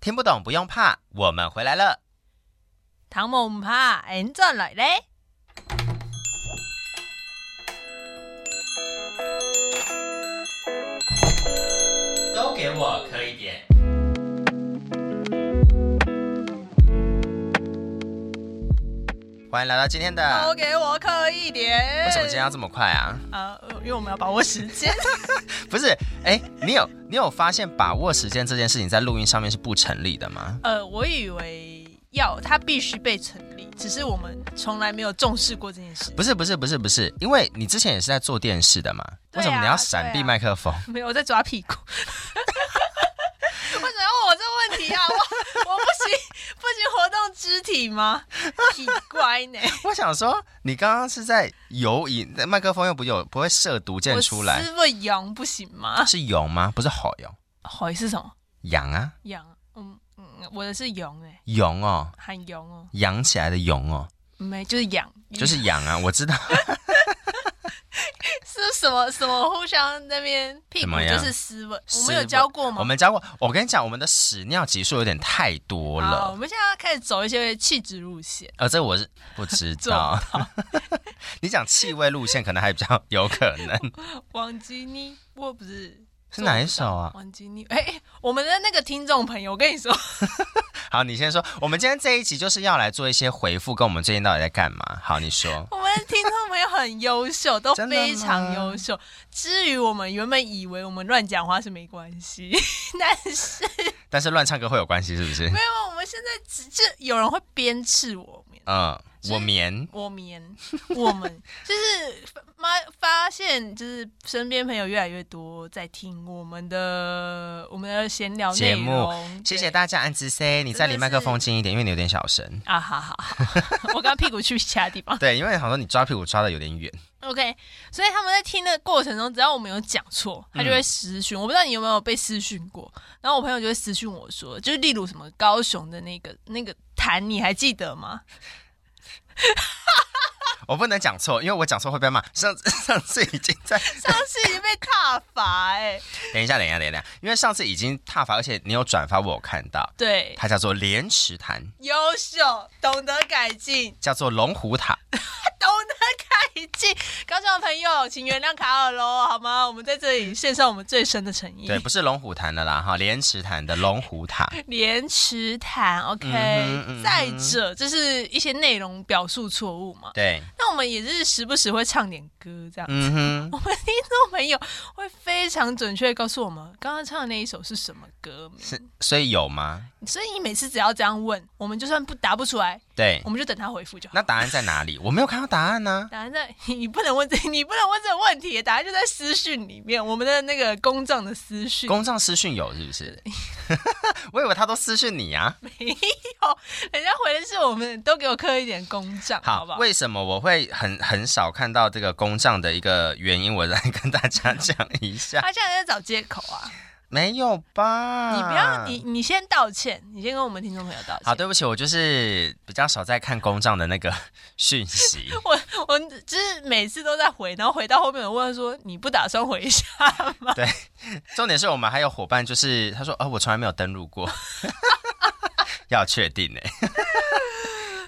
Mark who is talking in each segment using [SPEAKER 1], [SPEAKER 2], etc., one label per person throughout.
[SPEAKER 1] 听不懂不用怕，我们回来了。
[SPEAKER 2] 唐某唔怕，人转来咧。
[SPEAKER 1] 都给我磕一点。欢迎来到今天
[SPEAKER 2] 都
[SPEAKER 1] 的。
[SPEAKER 2] 给我刻一点。
[SPEAKER 1] 为什么今天要这么快啊？
[SPEAKER 2] 呃，因为我们要把握时 间。
[SPEAKER 1] 不是，哎，你有你有发现把握时间这件事情在录音上面是不成立的吗？
[SPEAKER 2] 呃，我以为要它必须被成立，只是我们从来没有重视过这 件事。
[SPEAKER 1] 不是不是不是不是，因为你之前也是在做电视的嘛，为
[SPEAKER 2] 对啊
[SPEAKER 1] 什么你要闪避
[SPEAKER 2] 对啊
[SPEAKER 1] 麦克风？
[SPEAKER 2] 没有，我在抓屁股。为什么要问我这问题啊？我我不行不行活动肢 体吗？奇怪呢，
[SPEAKER 1] 我想说，你刚刚是在游引，麦克风又不有不会射毒箭出
[SPEAKER 2] 我
[SPEAKER 1] 来，
[SPEAKER 2] 是不羊不行吗？
[SPEAKER 1] 是勇吗？不是吼哟，
[SPEAKER 2] 好是什么？
[SPEAKER 1] 扬啊，
[SPEAKER 2] 羊，嗯嗯，我的是羊哎、
[SPEAKER 1] 勇哦，
[SPEAKER 2] 喊羊哦，
[SPEAKER 1] 扬起来的勇哦，
[SPEAKER 2] 没就是羊，
[SPEAKER 1] 就是扬 啊，我知道。
[SPEAKER 2] 是什么什么互相那边屁
[SPEAKER 1] 怎
[SPEAKER 2] 股
[SPEAKER 1] 么样
[SPEAKER 2] 就是斯文，我
[SPEAKER 1] 斯
[SPEAKER 2] 们
[SPEAKER 1] 文
[SPEAKER 2] 有教过吗？
[SPEAKER 1] 我们教过，我跟你讲，我们的屎尿级数有点太多
[SPEAKER 2] 好，我
[SPEAKER 1] 了。
[SPEAKER 2] 们现在要开始走一些气质路线。
[SPEAKER 1] 呃，这我是不知
[SPEAKER 2] 做
[SPEAKER 1] 道。 你讲气味路线可能还比较有可 能，
[SPEAKER 2] 王吉妮，我不是
[SPEAKER 1] 是哪一首啊？
[SPEAKER 2] 王吉妮，哎、我们的那个听众朋友，我跟你说，
[SPEAKER 1] 好，你先说。我们今天这一集就是要来做一些回复，跟我们最近到底在干嘛？好，你说。
[SPEAKER 2] 我们的听众朋友很优秀，都
[SPEAKER 1] 真的吗
[SPEAKER 2] 非常优秀。至于我们原本以为我们乱讲话是没关系， 但是
[SPEAKER 1] 但是乱唱歌会有关系是不是
[SPEAKER 2] 没？有，我们现在只就有人会鞭笞我们。
[SPEAKER 1] 嗯，
[SPEAKER 2] 是
[SPEAKER 1] 我棉
[SPEAKER 2] 我们我们 就是妈发现，就是身边朋友越来越多在听我们的我们的闲聊内
[SPEAKER 1] 节目
[SPEAKER 2] 容，
[SPEAKER 1] 谢
[SPEAKER 2] 对
[SPEAKER 1] 谢大家，安之 C，你再离麦克风近一点，因为你有点小声。
[SPEAKER 2] 啊，好好， 好我刚屁股去其他地 方。
[SPEAKER 1] 对，因为好像你抓屁股抓的有点远。
[SPEAKER 2] OK，所以他们在听的过程中，只要我们有讲错，
[SPEAKER 1] 嗯
[SPEAKER 2] 他就会私讯。我不知道你有没有被私讯过，然后我朋友就会私讯我说，就是例如什么高雄的那个那个坛，你还记得吗？
[SPEAKER 1] 我不能讲错，因为我讲错会被骂。上 次上次已经 在，
[SPEAKER 2] 上次已经被踏伐哎、
[SPEAKER 1] 等一下，等一下，等一下，因为上次已经踏伐，而且你有转发，我有看到，
[SPEAKER 2] 对，
[SPEAKER 1] 它叫做莲池潭，
[SPEAKER 2] 优秀，懂得改进，
[SPEAKER 1] 叫做龙虎 塔。
[SPEAKER 2] 懂得改 进。高雄的朋友，请原谅卡尔喽，好吗？我们在这里献上我们最深的诚意。
[SPEAKER 1] 对，不是龙虎潭的啦，哈，莲池潭的龙虎 塔。
[SPEAKER 2] 莲池潭，OK、
[SPEAKER 1] 嗯哼嗯哼
[SPEAKER 2] 再者，就是一些内容表述错误嘛。
[SPEAKER 1] 对，
[SPEAKER 2] 那我们也是时不时会唱点歌，这样。
[SPEAKER 1] 嗯
[SPEAKER 2] 我
[SPEAKER 1] 哼，
[SPEAKER 2] 们听众朋友会非常准确地告诉我们刚刚唱的那一首是什么歌名，
[SPEAKER 1] 是，所以有吗？
[SPEAKER 2] 所以你每次只要这样问，我们就算不答不出来，
[SPEAKER 1] 对
[SPEAKER 2] 我，们就等他回复就好。
[SPEAKER 1] 那答案在哪里？我没有看到答案啊呢、
[SPEAKER 2] 答案在 你不能问这，你不能问这个问题，答案就在私讯里面，我们的那个公账的私讯。
[SPEAKER 1] 公账私讯有是不 是？我以为他都私讯你啊。
[SPEAKER 2] 人家回的是我们都给我刻一点公账，好
[SPEAKER 1] 好
[SPEAKER 2] 不，好？
[SPEAKER 1] 为什么我会很很少看到这个公账的一个原因，我来跟大家讲一下。
[SPEAKER 2] 他现在在找借口啊！
[SPEAKER 1] 没有吧？
[SPEAKER 2] 你不要，你你先道歉，你先跟我们听众朋友道歉。
[SPEAKER 1] 啊好，对不起，我就是比较少在看公账的那个 讯息。
[SPEAKER 2] 我我就是每次都在回，然后回到后面我问说你不打算回一下吗？
[SPEAKER 1] 重点是我们还有伙伴，就是他说，哦，我从来没有登录 过， 要确定呢、欸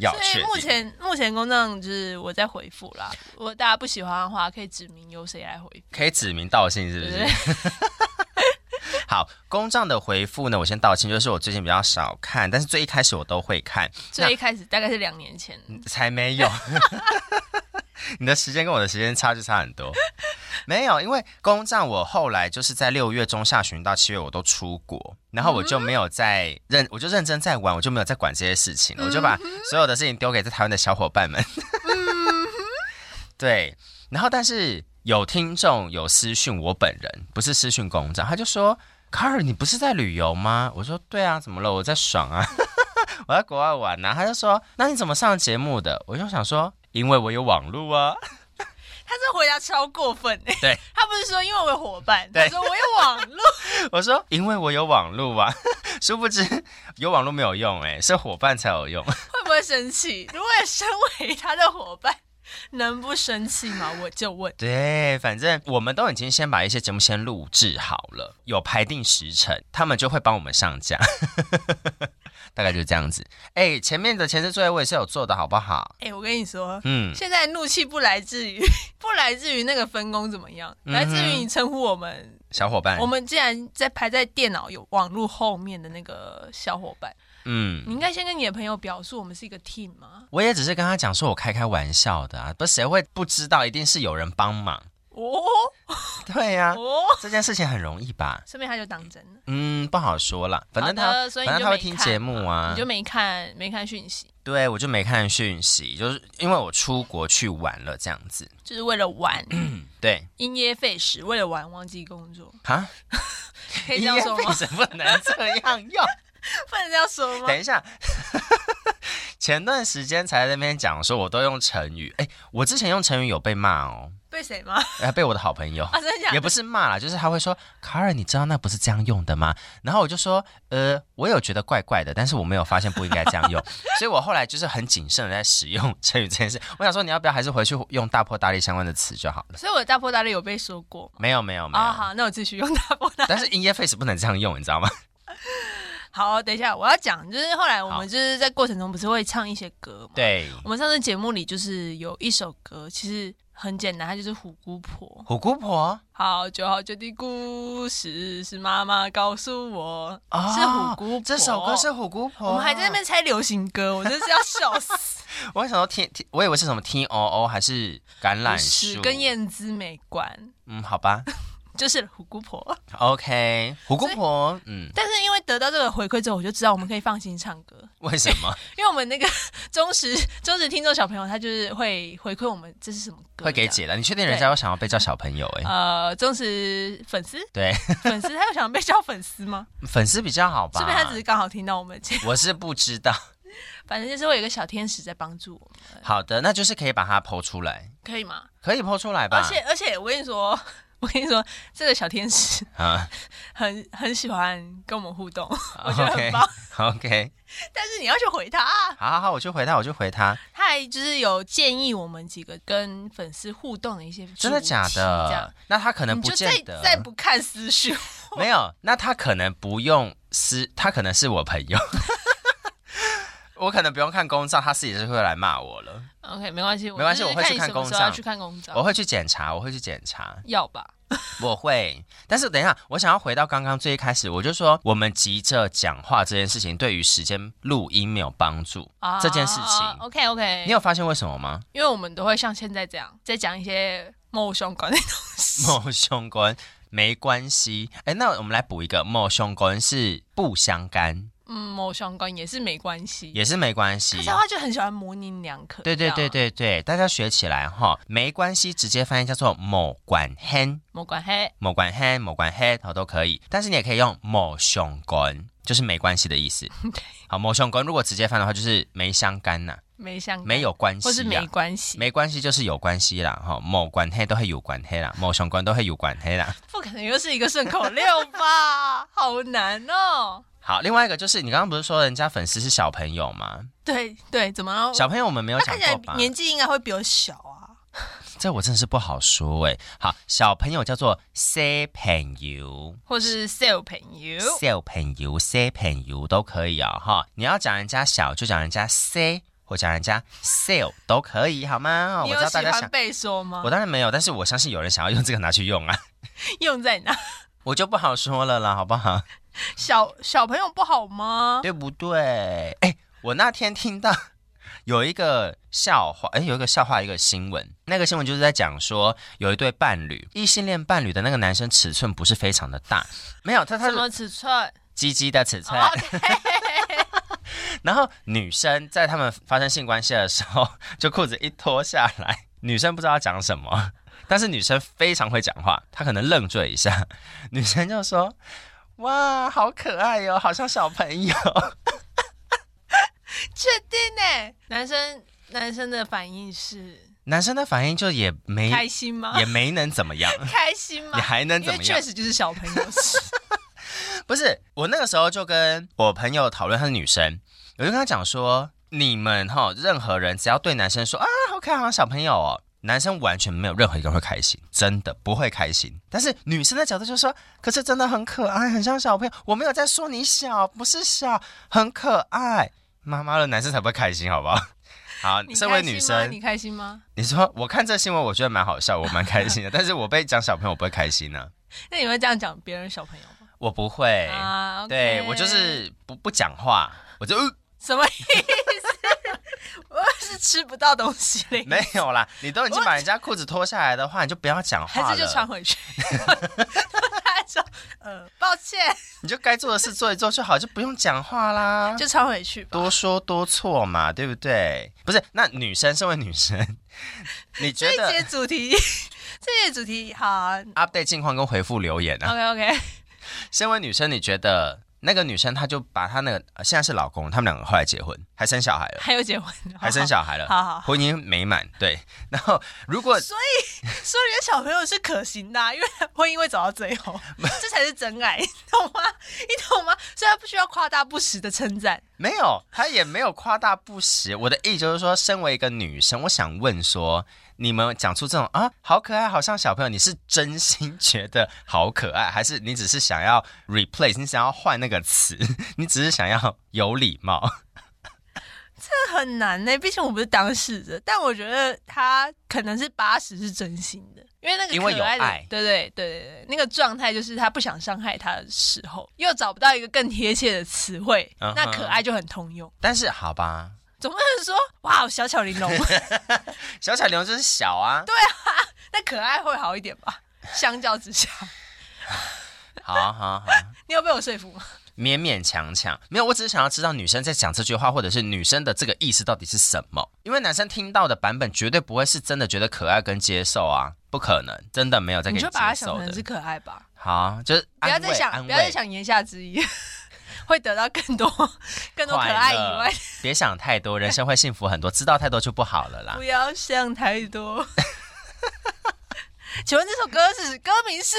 [SPEAKER 1] 要
[SPEAKER 2] 所
[SPEAKER 1] 确
[SPEAKER 2] 以目
[SPEAKER 1] 定。
[SPEAKER 2] 前目前公账就是我在回复啦，如果大家不喜欢的话，可以指明由谁来回复，
[SPEAKER 1] 可以指名道姓是不
[SPEAKER 2] 对
[SPEAKER 1] 是
[SPEAKER 2] 不？对？
[SPEAKER 1] 好，公账的回复呢，我先道歉，就是我最近比较少看，但是最一开始我都会看，
[SPEAKER 2] 最一开始大概是两年前，
[SPEAKER 1] 才没有。 你的时间跟我的时间差距差很多，没有，因为公账我后来就是在六月中下旬到七月我都出国，然后我就没有再认，我就认真在玩，我就没有再管这些事情了，我就把所有的事情丢给在台湾的小伙伴们。 对，然后但是有听众有私讯我本人，不是私讯公账，他就说：“卡尔，你不是在旅游吗？”我说：“对啊，怎么了？我在爽啊。”我在国外玩呢、他就说：“那你怎么上节目的？”我就想说：“因为我有网路啊。
[SPEAKER 2] 他这回答超过分、欸，
[SPEAKER 1] 对
[SPEAKER 2] 他不是说因为我有伙伴，
[SPEAKER 1] 对
[SPEAKER 2] 他说我有网络，”
[SPEAKER 1] 我说：“因为我有网路啊。” 殊不知 有网路没有用、欸，哎，是伙伴才有用。
[SPEAKER 2] 会不会生气？如果身为他的伙伴，能不生气 吗？我就问。
[SPEAKER 1] 对，反正我们都已经先把一些节目先录制好了，有排定时辰，他们就会帮我们上架， 大概就是这样子。哎，前面的前置作业我也是有做的，好不好？
[SPEAKER 2] 哎、我跟你说，
[SPEAKER 1] 嗯，
[SPEAKER 2] 现在怒气不来自于 不来自于那个分工怎么样，
[SPEAKER 1] 嗯
[SPEAKER 2] 来自于你称呼我们，
[SPEAKER 1] 小伙伴
[SPEAKER 2] 我，们竟然在排在电脑有网络后面的那个小伙伴，
[SPEAKER 1] 嗯，
[SPEAKER 2] 你应该先跟你的朋友表述我们是一个 team 吗？
[SPEAKER 1] 我也只是跟他讲说，我开开玩笑的啊，不，谁会不知道？一定是有人帮忙。
[SPEAKER 2] 哦
[SPEAKER 1] 对呀、
[SPEAKER 2] 哦，
[SPEAKER 1] 这件事情很容易吧？
[SPEAKER 2] 顺便他就当真了。
[SPEAKER 1] 嗯，不好说啦，反正他
[SPEAKER 2] 好的，所以
[SPEAKER 1] 反正
[SPEAKER 2] 你就
[SPEAKER 1] 他会
[SPEAKER 2] 没
[SPEAKER 1] 听
[SPEAKER 2] 看
[SPEAKER 1] 节目
[SPEAKER 2] 你
[SPEAKER 1] 啊
[SPEAKER 2] 就。没看没看讯息，
[SPEAKER 1] 对，我就没看讯息，就是因为我出国去玩了这样子。
[SPEAKER 2] 就是为了 玩，
[SPEAKER 1] 对，
[SPEAKER 2] 因噎废食，为了玩忘记工作，
[SPEAKER 1] 哈，
[SPEAKER 2] 可以这样说
[SPEAKER 1] 为
[SPEAKER 2] 吗？
[SPEAKER 1] 什么不能这 样用？
[SPEAKER 2] 不能这样说吗？
[SPEAKER 1] 等一下， 前段时间才在那边讲说，我都用成语。哎，我之前用成语有被骂哦，
[SPEAKER 2] 被谁 吗？
[SPEAKER 1] 哎，被我的好朋友。
[SPEAKER 2] 啊，真的假的？
[SPEAKER 1] 也不是骂啦，就是他会说：“卡尔，你知道那不是这样用的吗？”然后我就说：“呃，我有觉得怪怪的，但是我没有发现不应该这样 用，所以我后来就是很谨慎的在使用成语这件事。我想说，你要不要还是回去用大破大立相关的词就好了？
[SPEAKER 2] 所以我的大破大立有被说过吗？
[SPEAKER 1] 没有，没有，没有。
[SPEAKER 2] 啊、好，那我继续用大破大。
[SPEAKER 1] 但是 in your face 不能这样用，你知道吗？
[SPEAKER 2] 好，等一下我要讲，就是后来我
[SPEAKER 1] 好
[SPEAKER 2] 们就是在过程中不是会唱一些歌嘛？，
[SPEAKER 1] 对，
[SPEAKER 2] 我们上次节目里就是有一首歌，其实很简单，它就是《虎姑婆》。
[SPEAKER 1] 虎姑婆
[SPEAKER 2] 好久好久的故事是妈妈告诉我，
[SPEAKER 1] 哦
[SPEAKER 2] 是虎姑婆。
[SPEAKER 1] 这首歌是虎姑婆，
[SPEAKER 2] 我们还在那。边猜流行歌，我真是要 笑死。
[SPEAKER 1] 我还想说天，天我以为是什么 T O O 还是橄榄
[SPEAKER 2] 是
[SPEAKER 1] 树，
[SPEAKER 2] 跟燕姿没关，
[SPEAKER 1] 嗯，好吧
[SPEAKER 2] 就是虎姑婆。
[SPEAKER 1] ，OK，虎姑婆，嗯，
[SPEAKER 2] 但是因为得到这个回馈之后，我就知道我们可以放心唱歌，
[SPEAKER 1] 为什么
[SPEAKER 2] 因为我们那个 忠实忠实听众小朋友，他就是会回馈我们这是什么歌，
[SPEAKER 1] 会给
[SPEAKER 2] 这样。
[SPEAKER 1] 解的？你确定人家有想要被叫小朋友、欸？哎、
[SPEAKER 2] 呃，忠实粉丝，
[SPEAKER 1] 对，
[SPEAKER 2] 粉丝，他有想被叫粉丝吗？
[SPEAKER 1] 粉丝比较好吧？
[SPEAKER 2] 是不是他只是刚好听到我们这？
[SPEAKER 1] 我是不知道。
[SPEAKER 2] 反正就是会有一个小天使在帮助我们，
[SPEAKER 1] 好的，那就是可以把它剖出来，
[SPEAKER 2] 可以吗？
[SPEAKER 1] 可以剖出来吧？
[SPEAKER 2] 而且而且，我跟你说， 我跟你说，这个小天使
[SPEAKER 1] 啊
[SPEAKER 2] 很很喜欢跟我们互动， 我觉得很
[SPEAKER 1] ，OK
[SPEAKER 2] 棒。
[SPEAKER 1] OK，
[SPEAKER 2] 但是你要去回他啊、
[SPEAKER 1] 好好好，我去回他，我去回他。
[SPEAKER 2] 他还就是有建议我们几个跟粉丝互动的一些主题，
[SPEAKER 1] 真的假
[SPEAKER 2] 这样
[SPEAKER 1] 的？那他可能
[SPEAKER 2] 你
[SPEAKER 1] 不
[SPEAKER 2] 就
[SPEAKER 1] 见
[SPEAKER 2] 再
[SPEAKER 1] 得
[SPEAKER 2] 再不看私讯，
[SPEAKER 1] 没有，那他可能不用私，他可能是我朋 友。我可能不用看公账，他自己是会来骂我了。
[SPEAKER 2] OK，没关系，
[SPEAKER 1] 没关系
[SPEAKER 2] 就
[SPEAKER 1] 我
[SPEAKER 2] 是
[SPEAKER 1] 会去
[SPEAKER 2] 你
[SPEAKER 1] 看
[SPEAKER 2] 什
[SPEAKER 1] 公
[SPEAKER 2] 么时候要
[SPEAKER 1] 账
[SPEAKER 2] 去看公章，
[SPEAKER 1] 我会去检查，我会去检查。
[SPEAKER 2] 要吧？
[SPEAKER 1] 我会，但是等一下，我想要回到刚刚最一开始，我就说我们急着讲话这件事情对于时间录音没有帮助。
[SPEAKER 2] 啊
[SPEAKER 1] 这件事情
[SPEAKER 2] OK OK，
[SPEAKER 1] 你有发现为什么吗？
[SPEAKER 2] 因为我们都会像现在这样，在讲一些某相关的 东西。
[SPEAKER 1] 某相关没关系，哎，那我们来补一个，某相关是不相干，
[SPEAKER 2] 嗯，某相关也是没关系。
[SPEAKER 1] 也是没关
[SPEAKER 2] 可
[SPEAKER 1] 系
[SPEAKER 2] 是。他就很喜欢模棱两可。
[SPEAKER 1] 对对对
[SPEAKER 2] 这样，
[SPEAKER 1] 对对，大家学起来哈，没关系，直接翻译叫做某管hen，
[SPEAKER 2] 某管黑
[SPEAKER 1] 某管 hen，某管 head 好都可以，但是你也可以用某相关，就是没关系的意 思。好，某相关如果直接翻的话，就是没相干呐、
[SPEAKER 2] 没相干
[SPEAKER 1] 没，有关系、啊，
[SPEAKER 2] 或是没关系，
[SPEAKER 1] 没关系就是有关系啦，哈，某关系都会有关系啦，某相关都会有关系 啦。
[SPEAKER 2] 不可能又是一个顺口溜吧？好难哦。
[SPEAKER 1] 好，另外一个就是你刚刚不是说人家粉丝是小朋友吗？
[SPEAKER 2] 对对，怎么了？
[SPEAKER 1] 小朋友我们没有
[SPEAKER 2] 哦他
[SPEAKER 1] 讲
[SPEAKER 2] 看起来
[SPEAKER 1] 过吧？
[SPEAKER 2] 年纪应该会比我小啊。
[SPEAKER 1] 这我真的是不好说哎、好，小朋友叫做小朋友。
[SPEAKER 2] 或是 sale 朋友，
[SPEAKER 1] 小朋友、小朋友都可以哦，哈！你要讲人家小就讲人家 C，或讲人家 sale 都可以，好吗？哦
[SPEAKER 2] 你
[SPEAKER 1] 我
[SPEAKER 2] 有
[SPEAKER 1] 知道
[SPEAKER 2] 喜
[SPEAKER 1] 大家
[SPEAKER 2] 欢
[SPEAKER 1] 想，
[SPEAKER 2] 被说吗
[SPEAKER 1] 我？当然没有，但是我相信有人想要用这个拿去用啊，
[SPEAKER 2] 用在哪？
[SPEAKER 1] 我就不好说了啦，好不好？
[SPEAKER 2] 小小朋友不好吗？
[SPEAKER 1] 对不对？哎，我那天听到 有一个笑话，哎，有一个笑话，一个新闻，那个新闻就是在讲说，有一对伴侣，异性恋伴侣的那个男生尺寸不是非常的大，没有，他他
[SPEAKER 2] 什
[SPEAKER 1] 是
[SPEAKER 2] 么尺寸
[SPEAKER 1] 鸡鸡的尺寸，
[SPEAKER 2] ？OK，
[SPEAKER 1] 然后女生在他们发生性关系的时候， 就裤子一脱下来，女生不知道讲什么，但是女生非常会讲话，她可能愣住了一下，女生就说：“哇，好可爱哟、好像小朋友。”
[SPEAKER 2] 确定呢？男生男生的反应是
[SPEAKER 1] 男生的反应就也没
[SPEAKER 2] 开心吗？
[SPEAKER 1] 也没能怎么样，
[SPEAKER 2] 开心吗
[SPEAKER 1] 你？还能
[SPEAKER 2] 因
[SPEAKER 1] 怎
[SPEAKER 2] 为
[SPEAKER 1] 么
[SPEAKER 2] 确
[SPEAKER 1] 样？
[SPEAKER 2] 实就是小 朋友，
[SPEAKER 1] 不是我那个时候就跟我朋友讨论，她是女生，我就跟她讲说，你们哈，任何人只要对男生说啊好看好小朋友哦，男生完全没有任何一个人会开心，真的不会开心。但是女生的角度就说，可是真的很可爱，很像小朋友。我没有在说你小，不是小，很可爱。妈妈的男生才不会开心，好不好？好，
[SPEAKER 2] 你
[SPEAKER 1] 身
[SPEAKER 2] 开
[SPEAKER 1] 为
[SPEAKER 2] 心
[SPEAKER 1] 女
[SPEAKER 2] 吗
[SPEAKER 1] 生，
[SPEAKER 2] 你开心吗？
[SPEAKER 1] 你说我看这新闻，我觉得蛮好笑，我蛮开心的。但是我被讲小朋友，我不会开心呢、
[SPEAKER 2] 那你会这样讲别人小朋友吗？
[SPEAKER 1] 我不会。
[SPEAKER 2] 啊，OK
[SPEAKER 1] 对我就是不不讲话，我就、 呃
[SPEAKER 2] 什么意思？ 我是吃不到东西嘞，
[SPEAKER 1] 没有啦。你都已经把人家裤子脱下来的话，你就不要讲话了，
[SPEAKER 2] 还是就穿回去？ 他还说，呃，抱歉，
[SPEAKER 1] 你就该做的事做一做就好，就不用讲话 啦。
[SPEAKER 2] 就穿回去吧。
[SPEAKER 1] 多说多错嘛，对不对？不是，那女生身为女生，你觉
[SPEAKER 2] 这一节
[SPEAKER 1] 得
[SPEAKER 2] 主题， 这一节主题好啊、
[SPEAKER 1] update 近况跟回复留言啊？
[SPEAKER 2] OK OK，
[SPEAKER 1] 身为女生，你觉得那个女生她就把她那个呃现在是老公，他们两个后来结婚，还生小孩了，
[SPEAKER 2] 还有结婚，
[SPEAKER 1] 还生小孩了，
[SPEAKER 2] 好好好
[SPEAKER 1] 婚姻美满。对， 然后如果
[SPEAKER 2] 说人家小朋友是可行的啊、因为婚姻会走到最后，这才是真爱，你懂吗？你懂吗？所以他不需要夸大不实的称赞。
[SPEAKER 1] 没有，她也没有夸大不实。我的意就是说，身为一个女生，我想问说，你们讲出这种啊，好可爱，好像小朋友，你是真心觉得好可爱，还是你只是想要 replace，你想要换那个词，你只是想要有礼貌？
[SPEAKER 2] 很难呢、毕竟我不是当事者，但我觉得他可能是八十是真心的，因为那
[SPEAKER 1] 因为
[SPEAKER 2] 个
[SPEAKER 1] 有
[SPEAKER 2] 可爱
[SPEAKER 1] 爱
[SPEAKER 2] 的，对对对对对，那个状态就是他不想伤害他的时候，又找不到一个更贴切的词汇
[SPEAKER 1] 嗯哼
[SPEAKER 2] 那可爱就很通用，
[SPEAKER 1] 但是好吧，
[SPEAKER 2] 总不能说哇小巧玲珑，
[SPEAKER 1] 小彩龙就是小啊，
[SPEAKER 2] 那可爱会好一点吧？相较之下，
[SPEAKER 1] 好好好，
[SPEAKER 2] 你有被我说服吗？
[SPEAKER 1] 勉勉强强没有，我只是想要知道女生在讲这句话，或者是女生的这个意思到底是什么，因为男生听到的版本绝对不会是真的觉得可爱跟接受啊，不可能，真的没有在给
[SPEAKER 2] 你
[SPEAKER 1] 接
[SPEAKER 2] 就把它想
[SPEAKER 1] 受
[SPEAKER 2] 成
[SPEAKER 1] 的。
[SPEAKER 2] 是可爱吧，
[SPEAKER 1] 哦好，就是
[SPEAKER 2] 嗯不要
[SPEAKER 1] 安慰
[SPEAKER 2] 再想
[SPEAKER 1] 安
[SPEAKER 2] 不要再
[SPEAKER 1] 慰
[SPEAKER 2] 想言下之意， 会得到更多更多可爱以
[SPEAKER 1] 快乐
[SPEAKER 2] 外，
[SPEAKER 1] 别想太多，人生会幸福很多，知道太多就不好了啦
[SPEAKER 2] 不。要想太多。请问这首歌是歌名是？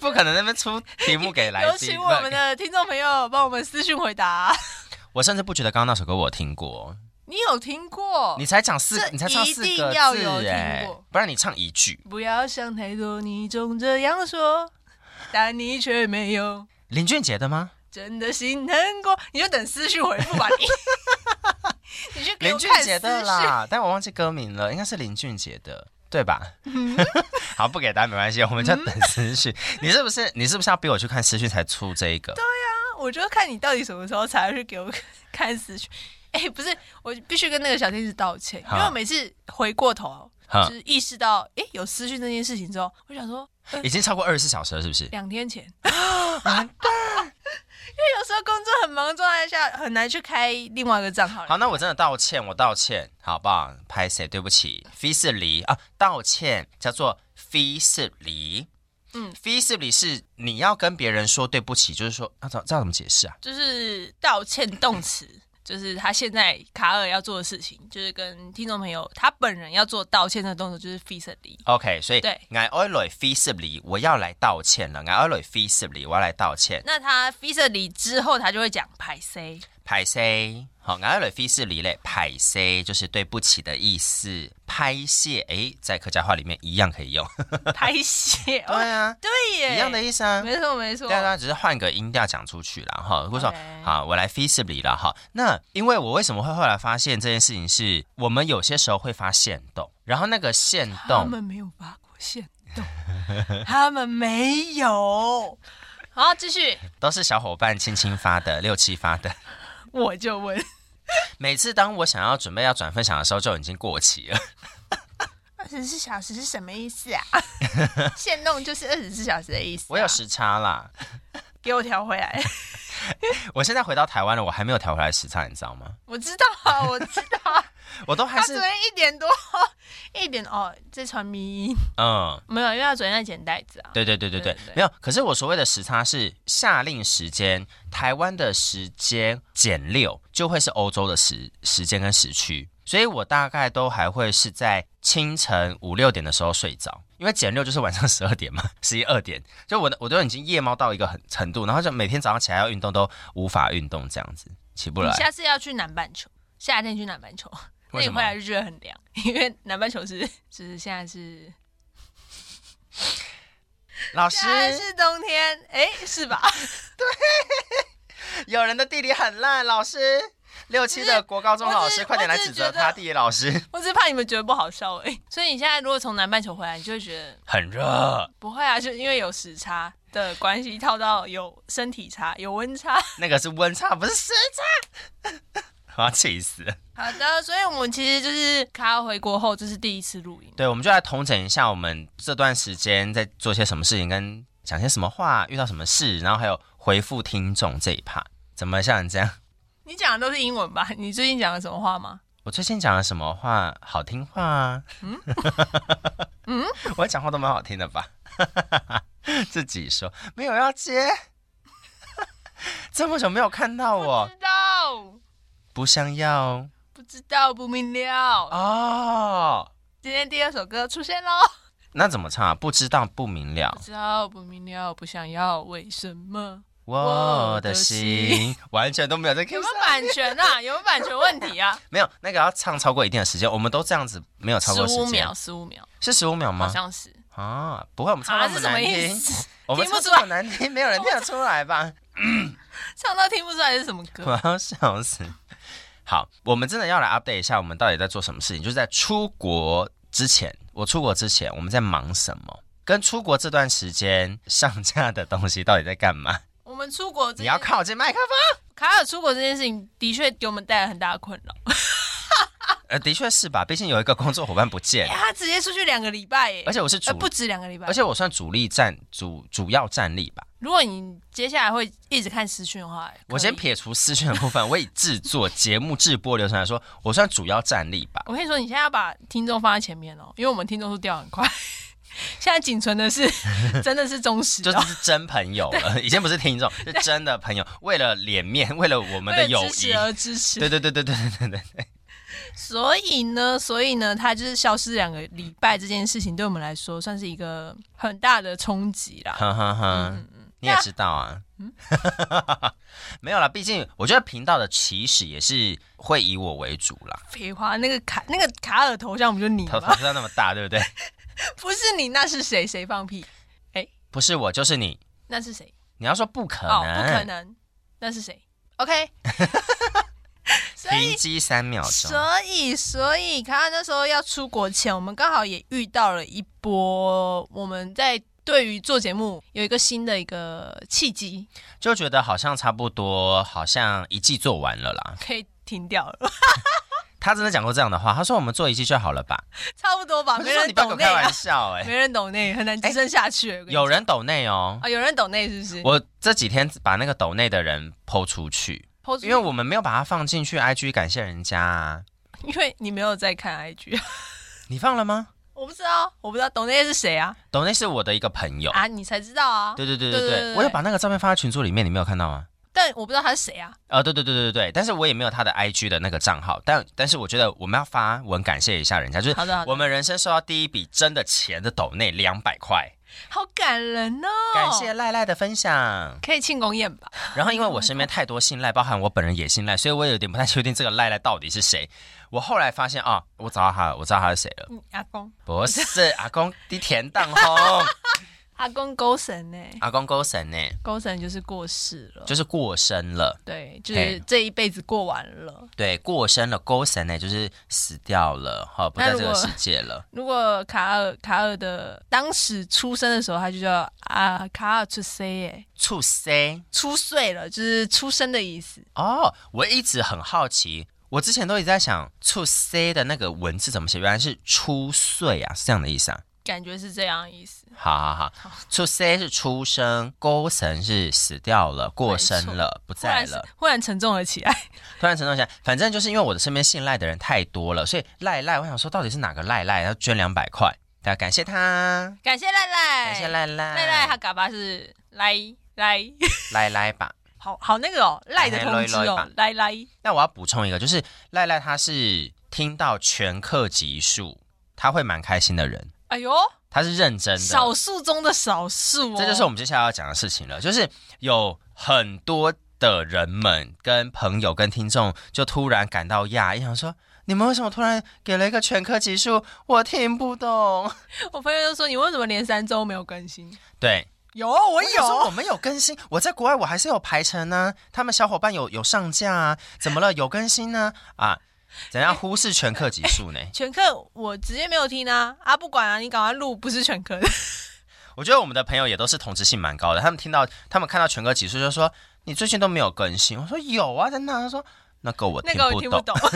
[SPEAKER 1] 不可能那边出题目给来
[SPEAKER 2] 有
[SPEAKER 1] 宾，
[SPEAKER 2] 请我们的听众朋友帮我们私讯回答。
[SPEAKER 1] 我甚至不觉得刚刚那首歌我听过，
[SPEAKER 2] 你有听过
[SPEAKER 1] 你？才讲四
[SPEAKER 2] 这，
[SPEAKER 1] 你才唱四
[SPEAKER 2] 一
[SPEAKER 1] 个
[SPEAKER 2] 定要有
[SPEAKER 1] 字哎
[SPEAKER 2] 听过，
[SPEAKER 1] 不然你唱一句。
[SPEAKER 2] 不要想太多，你总这样说，但你却没有
[SPEAKER 1] 林俊杰的吗？
[SPEAKER 2] 真的心疼过。你就等私讯回复吧，你 你去给
[SPEAKER 1] 林
[SPEAKER 2] 我
[SPEAKER 1] 俊
[SPEAKER 2] 看私
[SPEAKER 1] 杰的
[SPEAKER 2] 讯。
[SPEAKER 1] 啦， 但我忘记歌名了，应该是林俊杰的，对吧？
[SPEAKER 2] 嗯
[SPEAKER 1] 好，不给答案没关系，我们就等私 讯。你是不是你是不是要逼我去看私讯才出这一个？
[SPEAKER 2] 我就看你到底什么时候才会给我 看私讯。哎、不是，我必须跟那个小天使道歉，因为
[SPEAKER 1] 哈
[SPEAKER 2] 我每次回过头，
[SPEAKER 1] 哈
[SPEAKER 2] 就，是意识到哎、有私讯这件事情之后，我想说
[SPEAKER 1] 已经超过二十四小时了，是不是？
[SPEAKER 2] 两天前，因为有时候工作很忙的状态下，很难去开另外一个账号。
[SPEAKER 1] 好，那我真的道歉，我道歉，好不好？拍谁？对不起，fee 是离啊，道歉叫做 fee 是离。嗯
[SPEAKER 2] 嗯
[SPEAKER 1] ，fee 是离是你要跟别人说对不起，就是说要怎这要怎么解释啊？
[SPEAKER 2] 就是道歉动词，就是他现在卡尔要做的事情，就是跟听众朋友他本人要做道歉的动作，就是 f e a s i l y
[SPEAKER 1] OK，所以
[SPEAKER 2] 对
[SPEAKER 1] 爱爱来 fee 是离，我要来道歉了，爱爱来 fee 是离，我要来道歉。
[SPEAKER 2] 那他 f e a s i l y 之后，他就会讲排 C。
[SPEAKER 1] 拍 C，好，俺来菲是里嘞，拍 C 就是对不起的意思，拍谢，诶，在客家话里面一样可以用，
[SPEAKER 2] 拍血，
[SPEAKER 1] 对
[SPEAKER 2] 哦，
[SPEAKER 1] 啊，
[SPEAKER 2] 对耶，
[SPEAKER 1] 一样的意思啊。
[SPEAKER 2] 没错没错
[SPEAKER 1] 对，啊，对啊只是换个音调讲出去啦。哈。如果说
[SPEAKER 2] OK
[SPEAKER 1] 好，我来 feasibly 了哈。那因为我为什么会后来发现这件事情是，我们有些时候会发现动，然后那个现
[SPEAKER 2] 他
[SPEAKER 1] 动
[SPEAKER 2] 们没有发过现 动，他们没有。好，继续，
[SPEAKER 1] 都是小伙伴轻轻发 的，六七发的。
[SPEAKER 2] 我就问，
[SPEAKER 1] 每次当我想要准备要转分享的时候，就已经过期了。
[SPEAKER 2] 二十四小时是什么意 思啊？限动就是二十四小时的意思、啊
[SPEAKER 1] 我有，时差啦，
[SPEAKER 2] 给我调 回来。
[SPEAKER 1] 我现在回到台湾了，我还没有调回来时差，你知道吗？
[SPEAKER 2] 我知道啊，我知道啊。
[SPEAKER 1] 我都还
[SPEAKER 2] 他
[SPEAKER 1] 是
[SPEAKER 2] 昨天一点多，一点哦，在传迷音，
[SPEAKER 1] 嗯，
[SPEAKER 2] 没有，因为他昨天在剪袋子啊。
[SPEAKER 1] 对对对对对
[SPEAKER 2] 对对，对
[SPEAKER 1] 没有。可是我所谓的时差是夏令时间，台湾的时间减六就会是欧洲的时时间跟时区，所以我大概都还会是在清晨五六点的时候睡着，因为减六就是晚上十二点嘛， 十一二点，就我的我都已经夜猫到一个很程度，然后就每天早上起来要运动都无法运动这样子，起不
[SPEAKER 2] 你
[SPEAKER 1] 来。
[SPEAKER 2] 下次要去南半球，夏天去南半球，那
[SPEAKER 1] 为
[SPEAKER 2] 你
[SPEAKER 1] 什
[SPEAKER 2] 回
[SPEAKER 1] 么？
[SPEAKER 2] 来就觉得很凉， 因为南半球是就是现在是
[SPEAKER 1] 老师
[SPEAKER 2] 现，在是冬天，哎、是吧？
[SPEAKER 1] 有人的地理很烂，老师。六七的国高中老
[SPEAKER 2] 我只
[SPEAKER 1] 师，快点来指责他
[SPEAKER 2] 我只觉得
[SPEAKER 1] 地理老师。
[SPEAKER 2] 我只是怕你们觉得不好笑而已。所以你现在如果从南半球回来，你就会觉得
[SPEAKER 1] 很热，
[SPEAKER 2] 不会啊，就因为有时差的关系，套到有身体差，有温差。
[SPEAKER 1] 那个是温差，不是时差。 我要气死了。
[SPEAKER 2] 好的，所以我们其实就是卡回国后，这是第一次录音。
[SPEAKER 1] 对，我们就来统整一下我们这段时间在做些什么事情，跟讲些什么话，遇到什么事，然后还有回复听众这一趴。怎么像你这样？
[SPEAKER 2] 你讲的都是英文吧？你最近讲了什么话吗？
[SPEAKER 1] 我最近讲了什么话？好听话啊？ 嗯，我讲话都蛮好听的吧？ 自己说没有要接， 这么久没有看到
[SPEAKER 2] 不
[SPEAKER 1] 我，
[SPEAKER 2] 知道，
[SPEAKER 1] 不想要
[SPEAKER 2] 不知道，不明了。
[SPEAKER 1] 哦。
[SPEAKER 2] 今天第二首歌出现喽。
[SPEAKER 1] 那怎么唱啊？不知道不明了
[SPEAKER 2] 不，知道，不明了，不想要，为什么？
[SPEAKER 1] 我的心完全都没有在 Q
[SPEAKER 2] 有没
[SPEAKER 1] 上
[SPEAKER 2] 有。版权啊？有没有版权问题啊？
[SPEAKER 1] 没有，那个要唱超过一定的时间，我们都这样子，没有超
[SPEAKER 2] 十
[SPEAKER 1] 过时
[SPEAKER 2] 五
[SPEAKER 1] 间，
[SPEAKER 2] 秒，十五秒，
[SPEAKER 1] 是十五秒
[SPEAKER 2] 好
[SPEAKER 1] 吗？
[SPEAKER 2] 像是。
[SPEAKER 1] 啊，不会，我们唱
[SPEAKER 2] 啊，
[SPEAKER 1] 那
[SPEAKER 2] 是
[SPEAKER 1] 么
[SPEAKER 2] 什么
[SPEAKER 1] 难
[SPEAKER 2] 意
[SPEAKER 1] 听，
[SPEAKER 2] 思？
[SPEAKER 1] 我们
[SPEAKER 2] 听不
[SPEAKER 1] 唱
[SPEAKER 2] 出
[SPEAKER 1] 这
[SPEAKER 2] 来
[SPEAKER 1] 么难听，没有人听得出来吧？
[SPEAKER 2] 唱到听不出来是什么歌？
[SPEAKER 1] 我要笑死。好，我们真的要来 update 一下，我们到底在做什么事情？就是在出国之前，我出国之前我们在忙什么？跟出国这段时间上架的东西到底在干嘛？
[SPEAKER 2] 我们出国这件，
[SPEAKER 1] 你要靠近麦克风。
[SPEAKER 2] 卡尔出国这件事情，的确给我们带来很大的困扰。
[SPEAKER 1] 呃，的确是吧，毕竟有一个工作伙伴不见
[SPEAKER 2] 哎、，他直接出去两个礼拜耶，
[SPEAKER 1] 而且我是主
[SPEAKER 2] 呃，不止两个礼拜。
[SPEAKER 1] 而且我算主力战主主要战力吧。
[SPEAKER 2] 如果你接下来会一直看私讯的话，
[SPEAKER 1] 我先
[SPEAKER 2] 可以。
[SPEAKER 1] 撇除私讯的部分，我以制 作节目制播流程来说，我算主要战力吧。
[SPEAKER 2] 我跟你说，你现在要把听众放在前面哦，因为我们听众数掉很快， 现在仅存 的是真的是忠实哦
[SPEAKER 1] 就
[SPEAKER 2] 的、
[SPEAKER 1] 是真朋友了，以前不是听众，是真的朋友。为了脸面，为了我们的
[SPEAKER 2] 为
[SPEAKER 1] 友
[SPEAKER 2] 了支
[SPEAKER 1] 谊
[SPEAKER 2] 持，而支持。
[SPEAKER 1] 对对对对对对对对，
[SPEAKER 2] 所以呢，所以呢，他就是消失两个礼拜这件事情，对我们来说算是一个很大的冲击啦。
[SPEAKER 1] 哈哈哈，
[SPEAKER 2] 嗯
[SPEAKER 1] 你也知道啊， 没有啦，毕竟我觉得频道的起始也是会以我为主啦。
[SPEAKER 2] 废话，那个卡那个卡尔头像不就你
[SPEAKER 1] 头
[SPEAKER 2] 吗
[SPEAKER 1] 头？像那么大，对不对？
[SPEAKER 2] 不是你，那是谁？谁放屁？
[SPEAKER 1] 不是我就是你，
[SPEAKER 2] 那是谁？
[SPEAKER 1] 你要说不可
[SPEAKER 2] 哦，不可
[SPEAKER 1] 能，
[SPEAKER 2] 能，那是谁？OK，所以
[SPEAKER 1] 停机三秒钟。
[SPEAKER 2] 所以，所以，卡卡那时候要出国前，我们刚好也遇到了一波我们在对于做节目有一个新的一个契机，
[SPEAKER 1] 就觉得好像差不多，好像一季做完了啦。
[SPEAKER 2] 可以停掉了，
[SPEAKER 1] 他真的讲过这样的话，他说我们做一季就好了吧？
[SPEAKER 2] 差不多吧，
[SPEAKER 1] 我
[SPEAKER 2] 没
[SPEAKER 1] 就说
[SPEAKER 2] 人
[SPEAKER 1] 你不要跟
[SPEAKER 2] 懂
[SPEAKER 1] 我
[SPEAKER 2] 内
[SPEAKER 1] 开
[SPEAKER 2] 啊
[SPEAKER 1] 玩，笑哎、
[SPEAKER 2] 没人懂内，很难支撑下去。我跟你
[SPEAKER 1] 有人抖内哦
[SPEAKER 2] 讲，啊，有人懂内是不是？
[SPEAKER 1] 我这几天把那个抖内的人抛出去，
[SPEAKER 2] 抛出
[SPEAKER 1] 因为我们没有把它放进去 IG 感谢人家啊。
[SPEAKER 2] 因为你没有在看 IG，
[SPEAKER 1] 你放了吗？
[SPEAKER 2] 我不知道，我不知道懂内是谁啊
[SPEAKER 1] 抖内是我的一个朋友，
[SPEAKER 2] 啊，你才知道啊，
[SPEAKER 1] 对对对
[SPEAKER 2] 对
[SPEAKER 1] 对
[SPEAKER 2] 对对
[SPEAKER 1] 对，我有把那个照片放在群组里面，你没有看到吗？
[SPEAKER 2] 但我不知道他是谁啊。
[SPEAKER 1] 啊、对对对对对对，但是我也没有他的 IG 的那个账号，但但是我觉得我们要发文感谢一下人家，就是
[SPEAKER 2] 好的，好的
[SPEAKER 1] 我们人生收到第一笔真的钱的抖内两百块，
[SPEAKER 2] 好感人哦，
[SPEAKER 1] 感谢赖赖的分享。
[SPEAKER 2] 可以庆功宴吧？
[SPEAKER 1] 然后因为我身边太多信赖，包含我本人也信赖，所以我有点不太确定这个赖赖到底是谁。我后来发现啊，我找到他了，我知道他是谁了，
[SPEAKER 2] 嗯，阿公，
[SPEAKER 1] 不是阿公的田当红，
[SPEAKER 2] 阿公勾神呢、
[SPEAKER 1] 哦阿公勾神呢，
[SPEAKER 2] 勾神就是过世了，
[SPEAKER 1] 就是过身了，
[SPEAKER 2] 对，就是这一辈子过完了。
[SPEAKER 1] 对，过身了，勾神呢就是死掉了，哈，不在这
[SPEAKER 2] 那如
[SPEAKER 1] 个
[SPEAKER 2] 果
[SPEAKER 1] 世界了。
[SPEAKER 2] 如果卡尔卡尔的当时出生的时候，他就叫啊卡尔出生耶，
[SPEAKER 1] 畜生
[SPEAKER 2] 出岁了，就是出生的意思。
[SPEAKER 1] 哦，我一直很好奇，我之前都一直在想畜生的那个文字怎么写，原来是出岁啊，是这样的意思啊。
[SPEAKER 2] 感觉是这样的意思，
[SPEAKER 1] 好好好，出 C 是出生，勾神是死掉了、过身了、不
[SPEAKER 2] 忽
[SPEAKER 1] 在
[SPEAKER 2] 然
[SPEAKER 1] 了。
[SPEAKER 2] 忽然沉重了起来。
[SPEAKER 1] 突然沉重下来，反正就是因为我的身边信赖的人太多了，所以赖赖，我想说到底是哪个赖赖，要捐两百块，大家感谢他，
[SPEAKER 2] 感谢赖赖，
[SPEAKER 1] 感谢赖哎赖，
[SPEAKER 2] 赖赖，他嘎巴是赖赖，
[SPEAKER 1] 赖赖吧。
[SPEAKER 2] 好好那个哦，赖的通知
[SPEAKER 1] 赖赖
[SPEAKER 2] 哦
[SPEAKER 1] 吧，
[SPEAKER 2] 赖赖
[SPEAKER 1] 那我要补充一个，就是赖赖他是听到全课集数，他会蛮开心的人，
[SPEAKER 2] 哎呦，
[SPEAKER 1] 他是认真的，
[SPEAKER 2] 少数中的少数哦，
[SPEAKER 1] 这就是我们接下来要讲的事情了，就是有很多的人们跟朋友跟听众就突然感到讶异，想说你们为什么突然给了一个全科级数？我听不懂。
[SPEAKER 2] 我朋友就说你为什么连三周没有更新？
[SPEAKER 1] 对，
[SPEAKER 2] 有，我
[SPEAKER 1] 我想说我们有更新，我在国外我还是有排程呢、他们小伙伴有有上架啊，怎么了？有更新呢、啊？怎样忽视全课级数呢？
[SPEAKER 2] 全课我直接没有听啊啊，不管啊，你赶快录，不是全课的。
[SPEAKER 1] 我觉得我们的朋友也都是同质性蛮高的，他们听到他们看到全科级数就说你最近都没有更新，我说有啊，真的啊，他说那个我
[SPEAKER 2] 那
[SPEAKER 1] 听
[SPEAKER 2] 个我
[SPEAKER 1] 不
[SPEAKER 2] 听 不
[SPEAKER 1] 懂，
[SPEAKER 2] 懂。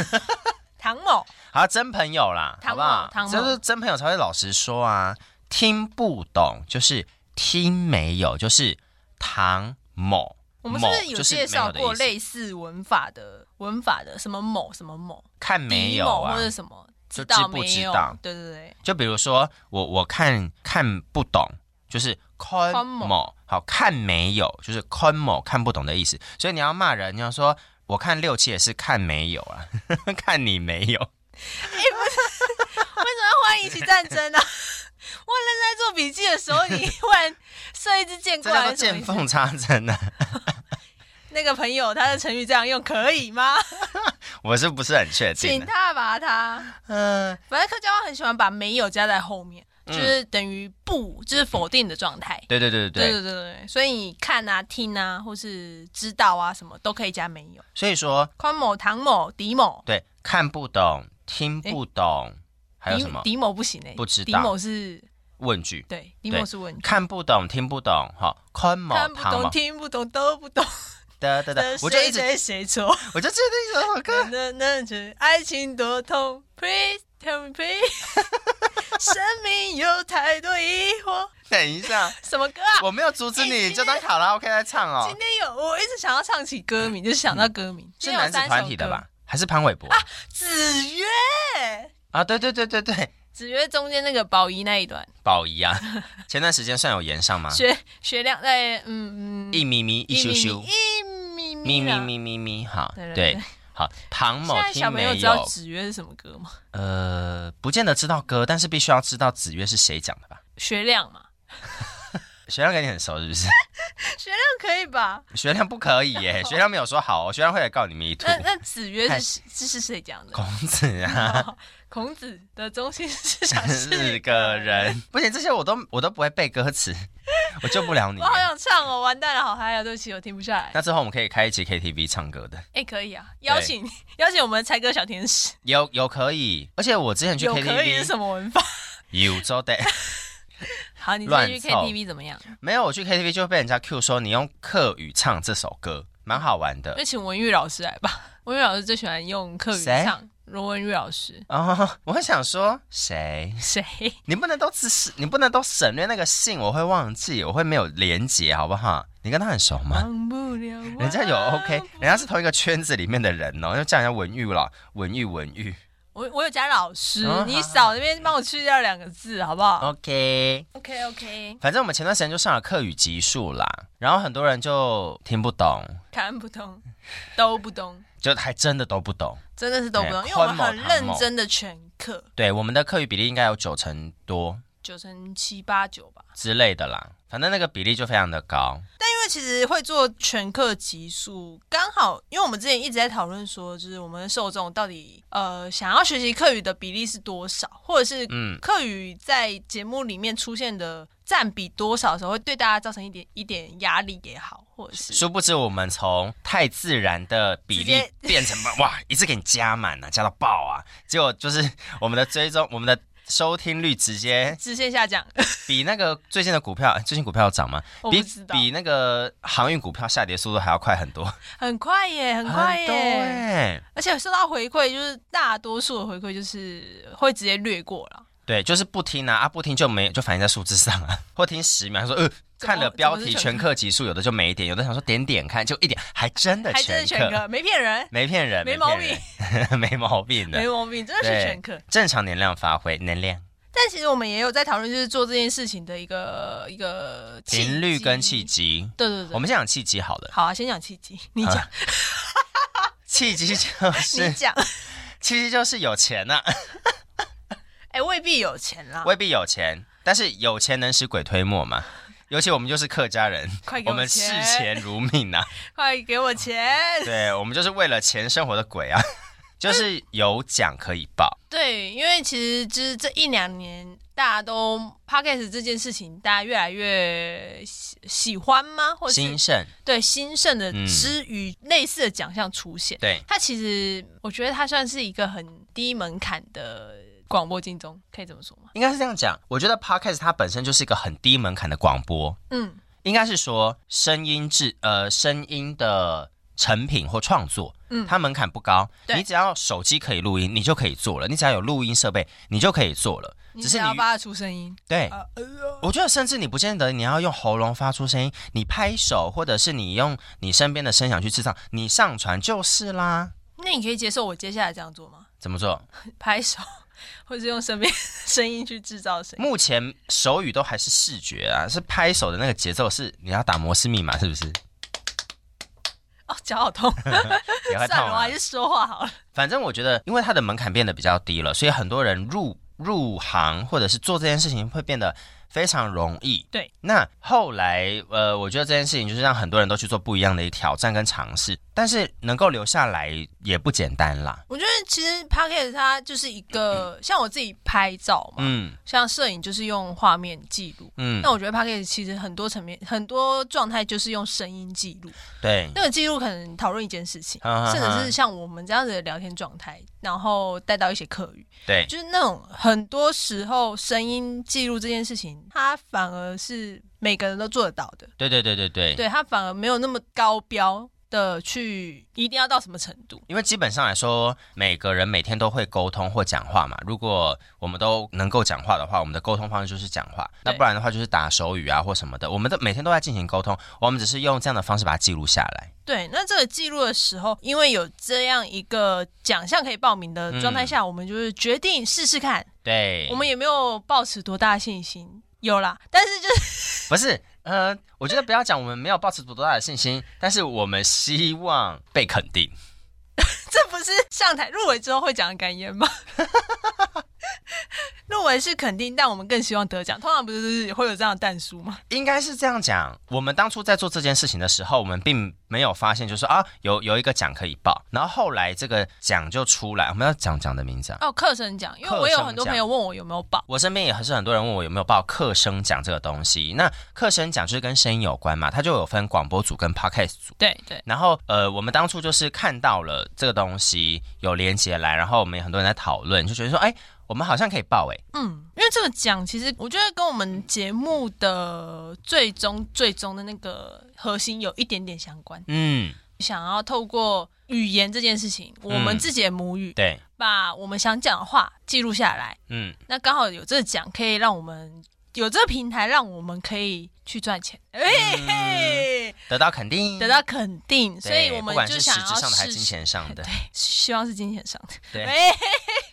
[SPEAKER 2] 唐某，
[SPEAKER 1] 好真朋友啦，
[SPEAKER 2] 唐
[SPEAKER 1] 好不
[SPEAKER 2] 某
[SPEAKER 1] 好？
[SPEAKER 2] 唐某
[SPEAKER 1] 啊就是真朋友才会老实说啊，听不懂就是听没有，就是唐某。
[SPEAKER 2] 我们是不
[SPEAKER 1] 某
[SPEAKER 2] 是有
[SPEAKER 1] 就是
[SPEAKER 2] 介绍
[SPEAKER 1] 没有
[SPEAKER 2] 过
[SPEAKER 1] 的意思
[SPEAKER 2] 类似文法的文法的什么某什么某
[SPEAKER 1] 看没有
[SPEAKER 2] 迪某
[SPEAKER 1] 啊
[SPEAKER 2] 或？者什么？
[SPEAKER 1] 就
[SPEAKER 2] 知道
[SPEAKER 1] 知不
[SPEAKER 2] 没
[SPEAKER 1] 知
[SPEAKER 2] 有
[SPEAKER 1] 道？
[SPEAKER 2] 对对对，
[SPEAKER 1] 就比如说我我看看不懂，就是
[SPEAKER 2] 看
[SPEAKER 1] con
[SPEAKER 2] 某
[SPEAKER 1] 某，好看没有，就是 con 某看不懂的意思。所以你要骂人，你要说我看六七也是看没有啊， 看你没有。
[SPEAKER 2] 为什么要忽然引起战争呢、 我很认真在做笔记的时候，你忽然射一支箭
[SPEAKER 1] 这
[SPEAKER 2] 过
[SPEAKER 1] 叫
[SPEAKER 2] 来
[SPEAKER 1] 做
[SPEAKER 2] 是什么
[SPEAKER 1] 见
[SPEAKER 2] 意思，
[SPEAKER 1] 缝插针啊！
[SPEAKER 2] 那个朋友他的成语这样用可 以吗？
[SPEAKER 1] 我是不是很确定
[SPEAKER 2] 请
[SPEAKER 1] 啊？
[SPEAKER 2] 他把他。
[SPEAKER 1] 嗯、
[SPEAKER 2] 反正客家话很喜欢把没有加在后面，就
[SPEAKER 1] 嗯
[SPEAKER 2] 是等于不，就是否定的状态。
[SPEAKER 1] 对对对对
[SPEAKER 2] 对
[SPEAKER 1] 对。
[SPEAKER 2] 对对对，所以你看啊、听啊，或是知道啊，什么都可以加没有。
[SPEAKER 1] 所以说，
[SPEAKER 2] 宽某、唐某、迪某，
[SPEAKER 1] 对，看不懂，听不懂，还有
[SPEAKER 2] 迪
[SPEAKER 1] 什么
[SPEAKER 2] 迪某不行哎、欸，
[SPEAKER 1] 不知道
[SPEAKER 2] 迪某是
[SPEAKER 1] 问句？
[SPEAKER 2] 对，迪
[SPEAKER 1] 对
[SPEAKER 2] 某是问句，
[SPEAKER 1] 看不懂，听不懂，哈，看某
[SPEAKER 2] 看不
[SPEAKER 1] 唐某
[SPEAKER 2] 懂、，听不懂、都不懂
[SPEAKER 1] 得得
[SPEAKER 2] 的
[SPEAKER 1] 得，我就一
[SPEAKER 2] 谁
[SPEAKER 1] 直，
[SPEAKER 2] 对谁错。
[SPEAKER 1] 我就记得一首歌，
[SPEAKER 2] 那那这爱情多痛，Please tell me please。生命有太多疑惑，
[SPEAKER 1] 等一下，
[SPEAKER 2] 什么歌 啊？
[SPEAKER 1] 我没有阻止
[SPEAKER 2] 哎
[SPEAKER 1] 你，就当卡拉 OK 在唱哦
[SPEAKER 2] 今，天有，我一直想要唱起歌名，就是想到歌名，
[SPEAKER 1] 是男子团体的吧？还是潘玮柏
[SPEAKER 2] 今天有三首歌？子曰，
[SPEAKER 1] 啊？对对对对对，
[SPEAKER 2] 子曰中间那个宝仪那一段，
[SPEAKER 1] 宝仪啊，前段时间算有延上吗？
[SPEAKER 2] 学学亮在嗯嗯
[SPEAKER 1] 一咪咪一咻咻，
[SPEAKER 2] 一米
[SPEAKER 1] 咪
[SPEAKER 2] 米
[SPEAKER 1] 咪
[SPEAKER 2] 啦。
[SPEAKER 1] 咪咪咪，好，
[SPEAKER 2] 啊对对
[SPEAKER 1] 对
[SPEAKER 2] 对，
[SPEAKER 1] 好，唐
[SPEAKER 2] 现
[SPEAKER 1] 某
[SPEAKER 2] 在小
[SPEAKER 1] 听
[SPEAKER 2] 朋友
[SPEAKER 1] 没
[SPEAKER 2] 知道
[SPEAKER 1] 有？
[SPEAKER 2] 子曰是什么歌吗？
[SPEAKER 1] 呃，不见得知道歌，但是必须要知道子曰是谁讲的吧？
[SPEAKER 2] 学亮嘛，
[SPEAKER 1] 学亮跟你很熟是 不是？
[SPEAKER 2] 学亮可以吧？
[SPEAKER 1] 学亮不可以 耶，学亮没有说好、哦，学亮会来告你迷途。
[SPEAKER 2] 那那子曰是是是谁讲的？
[SPEAKER 1] 孔子 啊，
[SPEAKER 2] 哦孔子的中心思想
[SPEAKER 1] 是
[SPEAKER 2] 是
[SPEAKER 1] 个。人，不行，这些我都我都不会背歌词，我救不了你
[SPEAKER 2] 我。好想唱哦，完蛋了，好嗨啊！对不起，我停不下来。
[SPEAKER 1] 那之后我们可以开一期 KTV 唱歌的，
[SPEAKER 2] 哎，可以啊，邀请 邀请我们猜歌小天使。
[SPEAKER 1] 有有可以，而且我之前去
[SPEAKER 2] 有可以是
[SPEAKER 1] KTV
[SPEAKER 2] 什 么文法？
[SPEAKER 1] 有周的，
[SPEAKER 2] 好，你
[SPEAKER 1] 乱
[SPEAKER 2] 再去
[SPEAKER 1] 凑
[SPEAKER 2] KTV 怎么样？
[SPEAKER 1] 没有我去 KTV 就会被人家 Q 说你用客语唱这首歌，蛮好玩的
[SPEAKER 2] 那。请文玉老师来吧。文玉老师最喜欢用客语
[SPEAKER 1] 谁
[SPEAKER 2] 唱，罗文玉老师
[SPEAKER 1] 哦，我想说谁？
[SPEAKER 2] 谁？
[SPEAKER 1] 你不能都只是你不能都省略那个姓，我会忘记，我会没有连结，好不好？你跟他很熟吗？
[SPEAKER 2] 忘不了啊忘不了
[SPEAKER 1] 人家有 OK，人家是同一个圈子里面的人哦，又叫人家文玉了，文玉文玉
[SPEAKER 2] 我我有加老师
[SPEAKER 1] 嗯，
[SPEAKER 2] 你少那边帮我去掉两个字好不
[SPEAKER 1] 啊
[SPEAKER 2] 好
[SPEAKER 1] ，OK。
[SPEAKER 2] ？OK OK，
[SPEAKER 1] 反正我们前段时间就上了课语集数啦，然后很多人就听不懂，
[SPEAKER 2] 看不懂，都不懂，
[SPEAKER 1] 就还真的都不懂。
[SPEAKER 2] 真的是都不懂，
[SPEAKER 1] 哎
[SPEAKER 2] 因为我们
[SPEAKER 1] 宽
[SPEAKER 2] 很
[SPEAKER 1] 某
[SPEAKER 2] 认真的全课，
[SPEAKER 1] 对，我们的课语比例应该有九成多
[SPEAKER 2] 九成七八九吧。
[SPEAKER 1] 之类的啦，反正那个比例就非常的高。
[SPEAKER 2] 但因为其实会做全课集数，刚好因为我们之前一直在讨论说，就是我们的受众到底呃想要学习课语的比例是多少，或者是
[SPEAKER 1] 嗯，
[SPEAKER 2] 课语在节目里面出现的占比多少的时候，会对大家造成一点一点压力也好，或者是
[SPEAKER 1] 殊不知我们从太自然的比
[SPEAKER 2] 直接
[SPEAKER 1] 例 变成哇，一次给你加满啊，加到爆啊，结果就是我们的追踪，我们的收听率直接
[SPEAKER 2] 直线下降，
[SPEAKER 1] 比那个最近的股票，哎最近股票有涨吗？
[SPEAKER 2] 我
[SPEAKER 1] 比
[SPEAKER 2] 不知道，
[SPEAKER 1] 比那个航运股票下跌速度还要快很多，
[SPEAKER 2] 很快耶，很快
[SPEAKER 1] 很多
[SPEAKER 2] 耶，
[SPEAKER 1] 欸
[SPEAKER 2] 而且收到回馈就是大多数的回馈就是会直接略过了。
[SPEAKER 1] 对，就是不听啊，啊不听就没就反映在数字上啊，或听十秒，他说呃
[SPEAKER 2] 怎么
[SPEAKER 1] 看了标
[SPEAKER 2] 怎么
[SPEAKER 1] 题
[SPEAKER 2] 是全
[SPEAKER 1] 全课级数，有的就没点，有的想说点点看就一点，还真的
[SPEAKER 2] 还真
[SPEAKER 1] 全
[SPEAKER 2] 是全
[SPEAKER 1] 课，
[SPEAKER 2] 科，没骗人，
[SPEAKER 1] 没骗人，
[SPEAKER 2] 没
[SPEAKER 1] 骗
[SPEAKER 2] 毛
[SPEAKER 1] 人， 没毛病
[SPEAKER 2] 没
[SPEAKER 1] 的，
[SPEAKER 2] 毛病，真的是
[SPEAKER 1] 对
[SPEAKER 2] 全科。
[SPEAKER 1] 正常能量发挥，能量
[SPEAKER 2] 但其实我们也有在讨论，就是做这件事情的一个一个契机
[SPEAKER 1] 频率跟契。机。
[SPEAKER 2] 对对对，
[SPEAKER 1] 我们先讲契机好了，
[SPEAKER 2] 好啊，先讲契机，你讲，
[SPEAKER 1] 契机就
[SPEAKER 2] 你啊
[SPEAKER 1] 是
[SPEAKER 2] 讲。
[SPEAKER 1] 契机就是有钱呐、
[SPEAKER 2] 哎、未必有钱啦，
[SPEAKER 1] 未必有钱，但是有钱能使鬼推磨嘛。尤其我们就是客家人，
[SPEAKER 2] 快给
[SPEAKER 1] 我
[SPEAKER 2] 我
[SPEAKER 1] 们视钱如命呐、啊。
[SPEAKER 2] 快给我钱！
[SPEAKER 1] 对，我们就是为了钱生活的鬼啊。 就是有奖可以 报。
[SPEAKER 2] 对，因为其实就是这一两年，大家都 podcast 这件事情，大家越来越喜喜欢吗？或是
[SPEAKER 1] 兴盛，
[SPEAKER 2] 对兴盛的
[SPEAKER 1] 嗯
[SPEAKER 2] 之余，类似的奖项出现，
[SPEAKER 1] 对，
[SPEAKER 2] 它其实我觉得它算是一个很低门槛的广播竞争，可以这么说吗？
[SPEAKER 1] 应该是这样讲。我觉得 podcast 它本身就是一个很低门槛的广播，
[SPEAKER 2] 嗯，
[SPEAKER 1] 应该是说声音制呃声音的成品或创作，
[SPEAKER 2] 嗯
[SPEAKER 1] 它门槛不高，
[SPEAKER 2] 对
[SPEAKER 1] 你只要手机可以录音，你就可以做了；你只要有录音设备，你就可以做了。
[SPEAKER 2] 你
[SPEAKER 1] 只是
[SPEAKER 2] 只
[SPEAKER 1] 你
[SPEAKER 2] 要发得出声音，
[SPEAKER 1] 对，
[SPEAKER 2] 啊
[SPEAKER 1] 我觉得甚至你不见得你要用喉咙发出声音，你拍手或者是你用你身边的声响去制造，你上传就是啦。
[SPEAKER 2] 那你可以接受我接下来这样做吗？
[SPEAKER 1] 怎么做？
[SPEAKER 2] 拍手，或者是用身边 声音去制造声音？
[SPEAKER 1] 目前手语都还是视觉啊，是拍手的那个节奏是你要打摩斯密码是不是？
[SPEAKER 2] 哦，脚 好痛，
[SPEAKER 1] 也会痛
[SPEAKER 2] 算了，我
[SPEAKER 1] 啊
[SPEAKER 2] 还。是说话好了。
[SPEAKER 1] 反正我觉得，因为它的门槛变得比较低了，所以很多人入入行或者是做这件事情会变得非常容易。
[SPEAKER 2] 对，
[SPEAKER 1] 那后来呃，我觉得这件事情就是让很多人都去做不一样的挑战跟尝试，但是能够留下来也不简单啦。
[SPEAKER 2] 我觉得其实 podcast 它就是一个，像我自己拍照嘛，
[SPEAKER 1] 嗯
[SPEAKER 2] 像摄影就是用画面记录。
[SPEAKER 1] 嗯
[SPEAKER 2] 那，我觉得 p o c a s t 其实很多层面、很多状态就是用声音记录，
[SPEAKER 1] 对，
[SPEAKER 2] 那个记录可能讨论一件事情，
[SPEAKER 1] 啊哈哈
[SPEAKER 2] 甚至是像我们这样子的聊天状态，然后带到一些课语，
[SPEAKER 1] 对，
[SPEAKER 2] 就是那种很多时候声音记录这件事情，它反而是每个人都做得到的，
[SPEAKER 1] 对对对对对。
[SPEAKER 2] 对，它反而没有那么高标的去一定要到什么程度。
[SPEAKER 1] 因为基本上来说，每个人每天都会沟通或讲话嘛。如果我们都能够讲话的话，我们的沟通方式就是讲话；那
[SPEAKER 2] 对
[SPEAKER 1] 不然的话就是打手语啊或什么的。我们的每天都在进行沟通，我们只是用这样的方式把它记录下来。
[SPEAKER 2] 对，那这个记录的时候，因为有这样一个奖项可以报名的状态下，我们就是决定试试看，
[SPEAKER 1] 嗯对，
[SPEAKER 2] 我们也没有抱持多大信心，有啦， 但是就是
[SPEAKER 1] 不是呃，我觉得不要讲我们没有抱持多大的信心，但是我们希望被肯定。
[SPEAKER 2] 这不是上台入围之后会讲的感言吗？ 入围是肯定，但我们更希望得奖。通常不是会有这样的淡书吗？
[SPEAKER 1] 应该是这样讲，我们当初在做这件事情的时候，我们并没有发现，就是啊，有有一个奖可以报，然后后来这个奖就出来，我们要讲奖的名字啊。
[SPEAKER 2] 哦，课程奖，因为我有很多朋友问我有没有报。
[SPEAKER 1] 我身边也还是很多人问我有没有报课声奖这个东西。那课声奖就是跟声音有关嘛，它就有分广播组跟 podcast 组。
[SPEAKER 2] 对对，
[SPEAKER 1] 然后呃，我们当初就是看到了这个东西有连接来，然后我们也很多人在讨论，就觉得说，哎，我们好像可以报哎、
[SPEAKER 2] 嗯，因为这个奖其实我觉得跟我们节目的最终最终的那个核心有一点点相关。
[SPEAKER 1] 嗯，
[SPEAKER 2] 想要透过语言这件事情，我们自己的母语，
[SPEAKER 1] 对，
[SPEAKER 2] 把我们想讲的话记录下来，
[SPEAKER 1] 嗯，
[SPEAKER 2] 那刚好有这个奖，可以让我们有这个平台，让我们可以去赚钱，哎、
[SPEAKER 1] 嗯
[SPEAKER 2] 嘿，
[SPEAKER 1] 得到肯定，
[SPEAKER 2] 得到肯定，所
[SPEAKER 1] 对，
[SPEAKER 2] 以我
[SPEAKER 1] 不
[SPEAKER 2] 们
[SPEAKER 1] 管
[SPEAKER 2] 就是想
[SPEAKER 1] 实质
[SPEAKER 2] 要
[SPEAKER 1] 上的还
[SPEAKER 2] 试
[SPEAKER 1] 是金
[SPEAKER 2] 试。
[SPEAKER 1] 钱上的
[SPEAKER 2] 对，，希望是金钱上的。
[SPEAKER 1] 对
[SPEAKER 2] 哎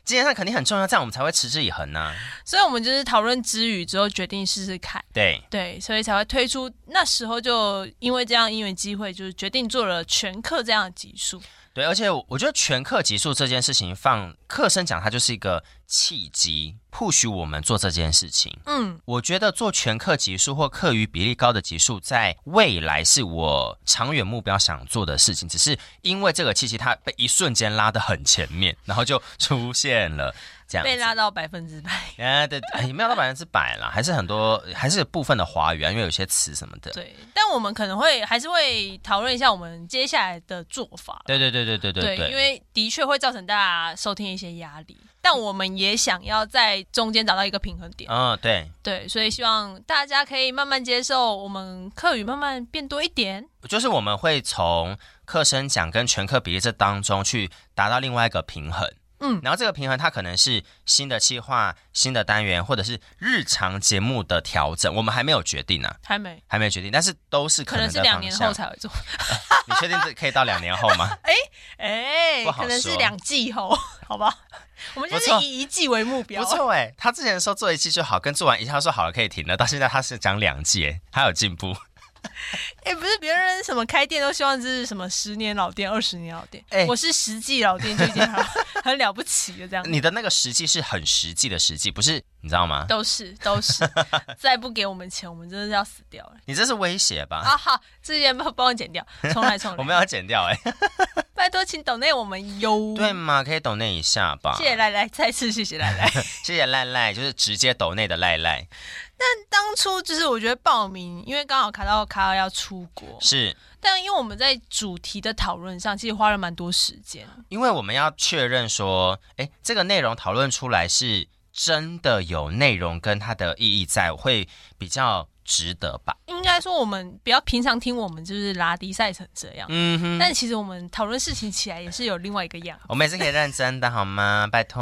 [SPEAKER 1] 金钱上肯定很重要，这样我们才会持之以恒呢、
[SPEAKER 2] 所以我们就是讨论之余之后决定试试看，
[SPEAKER 1] 对，
[SPEAKER 2] 对，所以才会推出。那时候就因为这样因缘机会，就是决定做了全课这样的集数。
[SPEAKER 1] 对，而且我我觉得全课级数这件事情放课声奖，它就是一个契机，迫许我们做这件事情。
[SPEAKER 2] 嗯，
[SPEAKER 1] 我觉得做全课级数或课余比例高的级数，在未来是我长远目标想做的事情。只是因为这个契机，它被一瞬间拉得很前面，然后就出现了这样子
[SPEAKER 2] 被拉到百分之百。
[SPEAKER 1] 哎，对，哎没有到百分之百啦，还是很多，还是有部分的华语啊，因为有些词什么的。
[SPEAKER 2] 对，但我们可能会还是会讨论一下我们接下来的做法。
[SPEAKER 1] 对对对对对对
[SPEAKER 2] 因为的确会造成大家收听一些压力，但我们也想要在中间找到一个平衡点。
[SPEAKER 1] 嗯，对，
[SPEAKER 2] 对，所以希望大家可以慢慢接受我们课语慢慢变多一点。
[SPEAKER 1] 就是我们会从课声奖跟全课比例这当中去达到另外一个平衡。
[SPEAKER 2] 嗯
[SPEAKER 1] 然后这个平衡它可能是新的计划、新的单元，或者是日常节目的调整，我们还没有决定呢、啊，
[SPEAKER 2] 还没，
[SPEAKER 1] 还没有决定，但是都是
[SPEAKER 2] 可
[SPEAKER 1] 能
[SPEAKER 2] 能
[SPEAKER 1] 的
[SPEAKER 2] 是
[SPEAKER 1] 方向。
[SPEAKER 2] 两年后才会做。
[SPEAKER 1] 你确定这可以到两年后 吗？
[SPEAKER 2] 哎、
[SPEAKER 1] 不好
[SPEAKER 2] 可能是
[SPEAKER 1] 说
[SPEAKER 2] 两季后， 好吧？我们就
[SPEAKER 1] 不错
[SPEAKER 2] 是以一季为目标
[SPEAKER 1] 不。错哎、他之前说做一季就好，跟做完一下说好了可以停了，到现在他是讲两季、哎，他有进步。
[SPEAKER 2] 哎、不是别人什么开店都希望这是什么十年老店、二十年老店，
[SPEAKER 1] 哎
[SPEAKER 2] 我是十季老店就已经很 很了不起了，这样。
[SPEAKER 1] 你的那个实际是很实际的实际，不是你知道吗？
[SPEAKER 2] 都是都是， 再不给我们钱，我们真的是要死掉了啊
[SPEAKER 1] 你这是威胁吧？
[SPEAKER 2] 啊！好，这些帮帮我剪掉，重来重来。
[SPEAKER 1] 我们要剪掉哎、
[SPEAKER 2] 拜托多，请抖内我们哟。
[SPEAKER 1] 对吗？可以抖内一下吧。
[SPEAKER 2] 谢谢赖赖，再次谢谢 赖赖。
[SPEAKER 1] 谢谢赖赖，就是直接抖内的赖赖，
[SPEAKER 2] 当初就是我觉得报名，因为刚好卡到卡要出国，
[SPEAKER 1] 是
[SPEAKER 2] 但因为我们在主题的讨论上，其实花了蛮多时间。
[SPEAKER 1] 因为我们要确认说，哎，这个内容讨论出来是真的有内容跟它的意义在，会比较值得吧？
[SPEAKER 2] 应该说我们比较平常听我们就是拉低赛程这样，
[SPEAKER 1] 嗯哼，
[SPEAKER 2] 但其实我们讨论事情起来也是有另外一个样。
[SPEAKER 1] 我们也是可以认真的好 吗？拜托，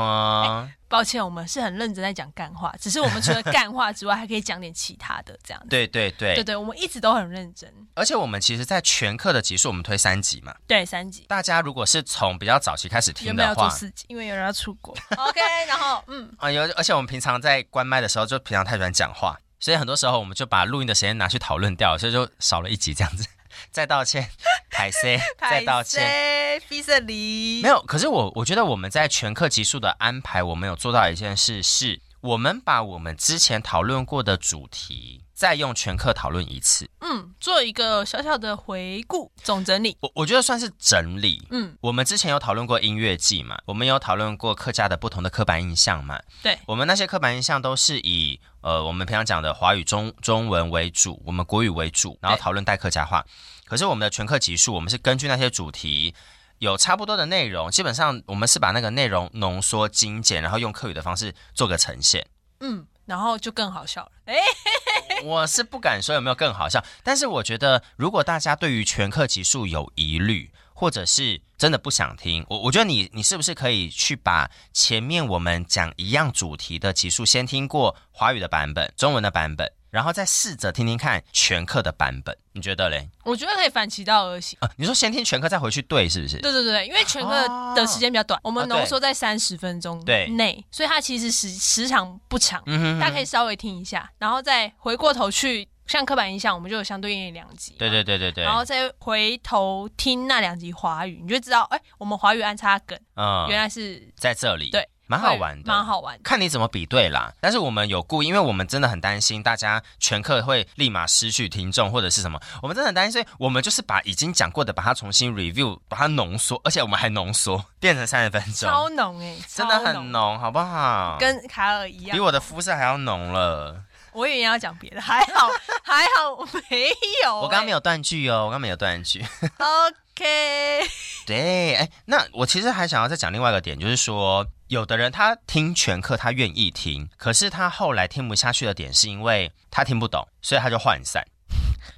[SPEAKER 2] 抱歉，我们是很认真在讲干话，只是我们除了干话之外，还可以讲点其他的这样子。
[SPEAKER 1] 对对对，
[SPEAKER 2] 对对，我们一直都很认真。
[SPEAKER 1] 而且我们其实，在全课的集数，我们推三集嘛。
[SPEAKER 2] 对，三集
[SPEAKER 1] 大家如果是从比较早期开始
[SPEAKER 2] 原
[SPEAKER 1] 听
[SPEAKER 2] 本要
[SPEAKER 1] 的
[SPEAKER 2] 做
[SPEAKER 1] 话，
[SPEAKER 2] 四集，因为有人要出 国。OK，然后嗯，
[SPEAKER 1] 啊，有，而且我们平常在关麦的时候，就平常太喜欢讲话，所以很多时候我们就把录音的时间拿去讨论掉了，所以就少了一集这样子。 再道歉，凯 C，再道歉。
[SPEAKER 2] 歉，比瑟黎
[SPEAKER 1] 没有，可是我我觉得我们在全课集数的安排，我们有做到一件事是。我们把我们之前讨论过的主题再用全课讨论一次，
[SPEAKER 2] 嗯，做一个小小的回顾总整理。
[SPEAKER 1] 我我觉得算是整理。
[SPEAKER 2] 嗯，
[SPEAKER 1] 我们之前有讨论过音乐季嘛，我们有讨论过客家的不同的刻板印象嘛，
[SPEAKER 2] 对，
[SPEAKER 1] 我们那些刻板印象都是以呃我们平常讲的华语中中文为主，我们国语为主，然后讨论代客家话。可是我们的全课集数，我们是根据那些主题有差不多的内容，基本上我们是把那个内容浓缩精简，然后用课语的方式做个呈现。
[SPEAKER 2] 嗯，然后就更好笑了。哎、
[SPEAKER 1] 我是不敢说有没有更好笑，但是我觉得如果大家对于全课集数有疑虑，或者是真的不想听，我我觉得你你是不是可以去把前面我们讲一样主题的集数先听过华语的版本、中文的版本，然后再试着听听看全课的版本，你觉得嘞？
[SPEAKER 2] 我觉得可以反其道而行。
[SPEAKER 1] 啊，你说先听全课再回去对是不是？
[SPEAKER 2] 对对对，因为全课的时间比较短，我们浓缩在三十分钟
[SPEAKER 1] 啊对
[SPEAKER 2] 内，所以它其实时时长不长，
[SPEAKER 1] 嗯哼
[SPEAKER 2] 大家可以稍微听一下，然后再回过头去像刻板印象，我们就有相对应的两集。
[SPEAKER 1] 对。对对对对
[SPEAKER 2] 然，后再回头听那两集华语，你就知道，哎、我们华语安插梗、
[SPEAKER 1] 嗯，
[SPEAKER 2] 原来是
[SPEAKER 1] 在这里，
[SPEAKER 2] 对，
[SPEAKER 1] 蛮好玩的，
[SPEAKER 2] 蛮好玩的。
[SPEAKER 1] 看你怎么比对啦。但是我们有顾，因为我们真的很担心大家全课会立马失去听众或者是什么，我们真的很担心，所以我们就是把已经讲过的把它重新 review，把它浓缩，而且我们还浓缩变成三十分
[SPEAKER 2] 超
[SPEAKER 1] 钟，
[SPEAKER 2] 浓哎、
[SPEAKER 1] 啊真的
[SPEAKER 2] 超
[SPEAKER 1] 很浓，好不好？
[SPEAKER 2] 跟卡尔一样
[SPEAKER 1] 比。我的肤色还要浓了。
[SPEAKER 2] 我以为你要讲别的，还好还好我没有、
[SPEAKER 1] 我刚刚没
[SPEAKER 2] 有。
[SPEAKER 1] 有断句哦，我刚刚没有断句。
[SPEAKER 2] OK，
[SPEAKER 1] 对，哎，那我其实还想要再讲另外一个点，就是说，有的人他听全课他愿意听，可是他后来听不下去的点是因为他听不懂，所以他就涣散。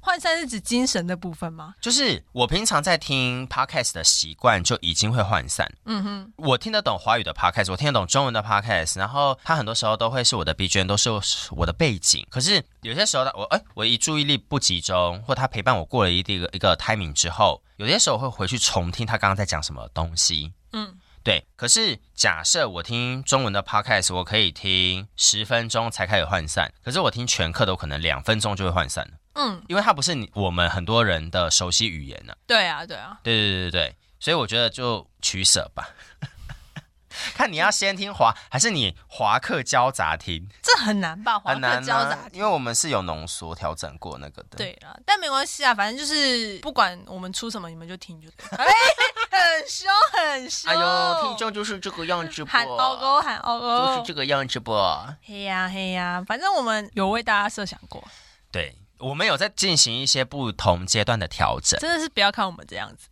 [SPEAKER 2] 涣散是指精神的部分吗？
[SPEAKER 1] 就是我平常在听 podcast 的习惯就已经会涣散。
[SPEAKER 2] 嗯哼，
[SPEAKER 1] 我听得懂华语的 podcast，我听得懂中文的 podcast，然后它很多时候都会是我的 BGM，都是我的背景。可是有些时候呢，我哎、我一注意力不集中，或它陪伴我过了一个一个 timing 之后，有些时候我会回去重听它刚刚在讲什么东西。
[SPEAKER 2] 嗯，
[SPEAKER 1] 对，可是假设我听中文的 podcast，我可以听十分钟才开始涣散，可是我听全课的，我可能两分钟就会涣散了，
[SPEAKER 2] 嗯，
[SPEAKER 1] 因为它不是你我们很多人的熟悉语言呢、
[SPEAKER 2] 对啊，对啊。
[SPEAKER 1] 对对对对对，所以我觉得就取舍吧， 看你要先听华还是你华课交杂听，
[SPEAKER 2] 这很难吧？华
[SPEAKER 1] 很
[SPEAKER 2] 课
[SPEAKER 1] 难
[SPEAKER 2] 交杂、
[SPEAKER 1] 啊，因为我们是有浓缩调整过那个的。，
[SPEAKER 2] 对啦，但没关系啊，反正就是不管我们出什么，你们就 听就对。哎、很凶，很凶。
[SPEAKER 1] 哎呦，听众就是这个样子
[SPEAKER 2] 喊
[SPEAKER 1] 不，
[SPEAKER 2] 欧勾，喊欧
[SPEAKER 1] 就
[SPEAKER 2] 勾
[SPEAKER 1] 是。这个样子不。
[SPEAKER 2] 嘿呀嘿呀，反正我们有为大家设想过，
[SPEAKER 1] 对，我们有在进行一些不同阶段的调整。
[SPEAKER 2] 真的是不要看我们这样 子，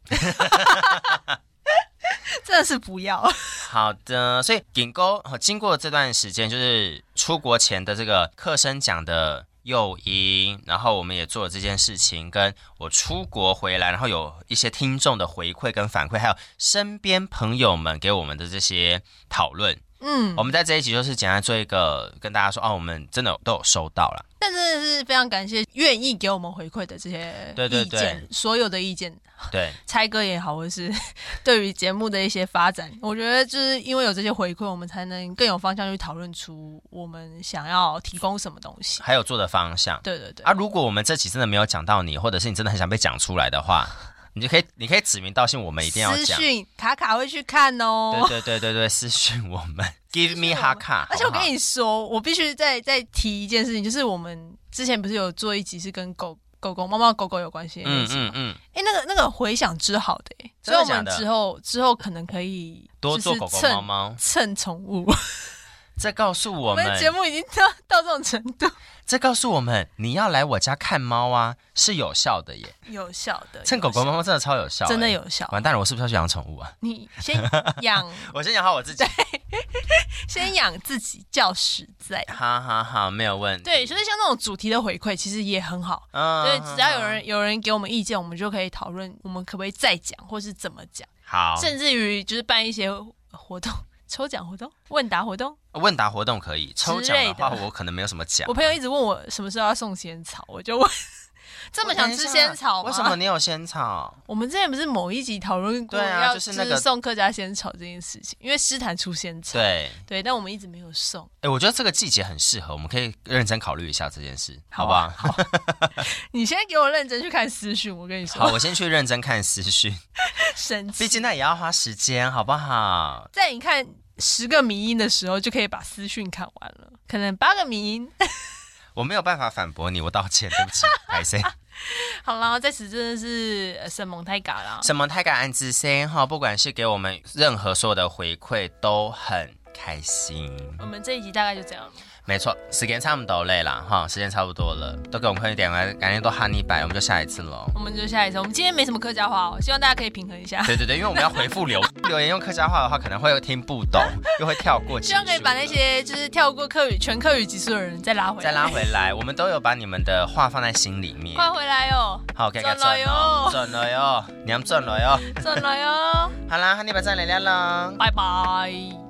[SPEAKER 2] 真的是不要。
[SPEAKER 1] 好的，所以顶沟哦经过这段时间，就是出国前的这个课声讲的诱因，然后我们也做了这件事情，跟我出国回来，然后有一些听众的回馈跟反馈，还有身边朋友们给我们的这些讨论，
[SPEAKER 2] 嗯，
[SPEAKER 1] 我们在这一集就是简单做一个跟大家说，哦，我们真的都有收到了，
[SPEAKER 2] 但真的是非常感谢愿意给我们回馈的这些
[SPEAKER 1] 对对
[SPEAKER 2] 意见，所有的意见，
[SPEAKER 1] 对，
[SPEAKER 2] 猜歌也好，或是 对于节目的一些发展，我觉得就是因为有这些回馈，我们才能更有方向去讨论出我们想要提供什么东西。
[SPEAKER 1] 还有做的方向。
[SPEAKER 2] 对对对，
[SPEAKER 1] 啊，如果我们这期真的没有讲到你，或者是你真的很想被讲出来的话，你就可以，你可以指名道姓，我们一定要
[SPEAKER 2] 私
[SPEAKER 1] 讲。
[SPEAKER 2] 讯卡卡会去看哦。
[SPEAKER 1] 对对对对对，私讯我 们，Give
[SPEAKER 2] 我
[SPEAKER 1] me
[SPEAKER 2] 们
[SPEAKER 1] 哈卡。
[SPEAKER 2] 而且我跟
[SPEAKER 1] 好
[SPEAKER 2] 你说，我必须再再提一件事情，就是我们之前不是有做一集是跟狗狗狗、猫猫、狗狗有关系的类
[SPEAKER 1] 嗯
[SPEAKER 2] 型。
[SPEAKER 1] 嗯嗯，
[SPEAKER 2] 哎、那个那个回响之好的、欸，
[SPEAKER 1] 真
[SPEAKER 2] 所以
[SPEAKER 1] 的
[SPEAKER 2] 我
[SPEAKER 1] 假
[SPEAKER 2] 们
[SPEAKER 1] 的
[SPEAKER 2] 之后之后可能可以
[SPEAKER 1] 多
[SPEAKER 2] 就是
[SPEAKER 1] 做狗狗
[SPEAKER 2] 蹭
[SPEAKER 1] 猫猫，
[SPEAKER 2] 蹭宠物。
[SPEAKER 1] 这告诉我
[SPEAKER 2] 我
[SPEAKER 1] 们
[SPEAKER 2] 们的节目已经到到这种程度，
[SPEAKER 1] 这告诉我们，你要来我家看猫啊，是有效的耶。
[SPEAKER 2] 有效的，
[SPEAKER 1] 趁狗狗、猫猫真的超有效、
[SPEAKER 2] 真的
[SPEAKER 1] 哎。
[SPEAKER 2] 有效。
[SPEAKER 1] 完蛋了，我是不是要去养宠物啊？
[SPEAKER 2] 你先养，
[SPEAKER 1] 我先养好我自己。
[SPEAKER 2] 先养自己较实在。
[SPEAKER 1] 好好好，没有问题。
[SPEAKER 2] 对，所以像那种主题的回馈，其实也很好。
[SPEAKER 1] 嗯
[SPEAKER 2] 所以只要有人有人给我们意见，我们就可以讨论我们可不可以再讲，或是怎么讲，
[SPEAKER 1] 好
[SPEAKER 2] 甚至于就是办一些活动、抽奖活动、问答活动。
[SPEAKER 1] 问答活动可以，抽奖的话
[SPEAKER 2] 之类
[SPEAKER 1] 我可能没有什么奖。
[SPEAKER 2] 我朋友一直问我什么时候要送仙草，我就问， 这么想吃仙草吗？啊
[SPEAKER 1] 为什么？你有仙草？
[SPEAKER 2] 我们之前不是某一集讨论过
[SPEAKER 1] 对啊
[SPEAKER 2] 要
[SPEAKER 1] 就是
[SPEAKER 2] 吃
[SPEAKER 1] 那个
[SPEAKER 2] 送客家仙草这件事情，因为诗坛出仙草，
[SPEAKER 1] 对，
[SPEAKER 2] 对，但我们一直没有送。
[SPEAKER 1] 哎，我觉得这个季节很适合，我们可以认真考虑一下这件事，
[SPEAKER 2] 好
[SPEAKER 1] 好不好
[SPEAKER 2] 啊？你现在给我认真去看私讯，我跟你
[SPEAKER 1] 好，
[SPEAKER 2] 说，
[SPEAKER 1] 我先去认真看私讯，
[SPEAKER 2] 神
[SPEAKER 1] 毕
[SPEAKER 2] 奇。
[SPEAKER 1] 竟那也要花时间，好不好？
[SPEAKER 2] 在你看十个迷音的时候，就可以把私讯看完了，可能八个迷音。
[SPEAKER 1] 我没有办法反驳你，我道歉，对不起，拍谁？
[SPEAKER 2] 好啦，在此真的是呃神蒙太嘎啦。
[SPEAKER 1] 什么太感恩之心哈，不管是给我们任何所有的回馈，都很开心。
[SPEAKER 2] 我们这一集大概就这样了，
[SPEAKER 1] 没错，时间差不多累了哈，时间差不多了，都给我们快一点来，感觉都哈尼百，我们就下一次喽。
[SPEAKER 2] 我们就下一次。我们今天没什么客家话哦，希望大家可以平衡一下，
[SPEAKER 1] 对对对，因为我们要回复留留言，用客家话的话可能会听不懂，又会跳过集数。
[SPEAKER 2] 希望可以把那些就是跳过客语全客语集数的人再拉回来，
[SPEAKER 1] 再拉回来，我们都有把你们的话放在心里面。
[SPEAKER 2] 快回来哦，
[SPEAKER 1] 好，给给
[SPEAKER 2] 转了
[SPEAKER 1] 转
[SPEAKER 2] 哟
[SPEAKER 1] 了，转了哟，你要转了哟。
[SPEAKER 2] 转来哦，
[SPEAKER 1] 네,好啦，哈尼百再来聊喽。
[SPEAKER 2] 拜拜。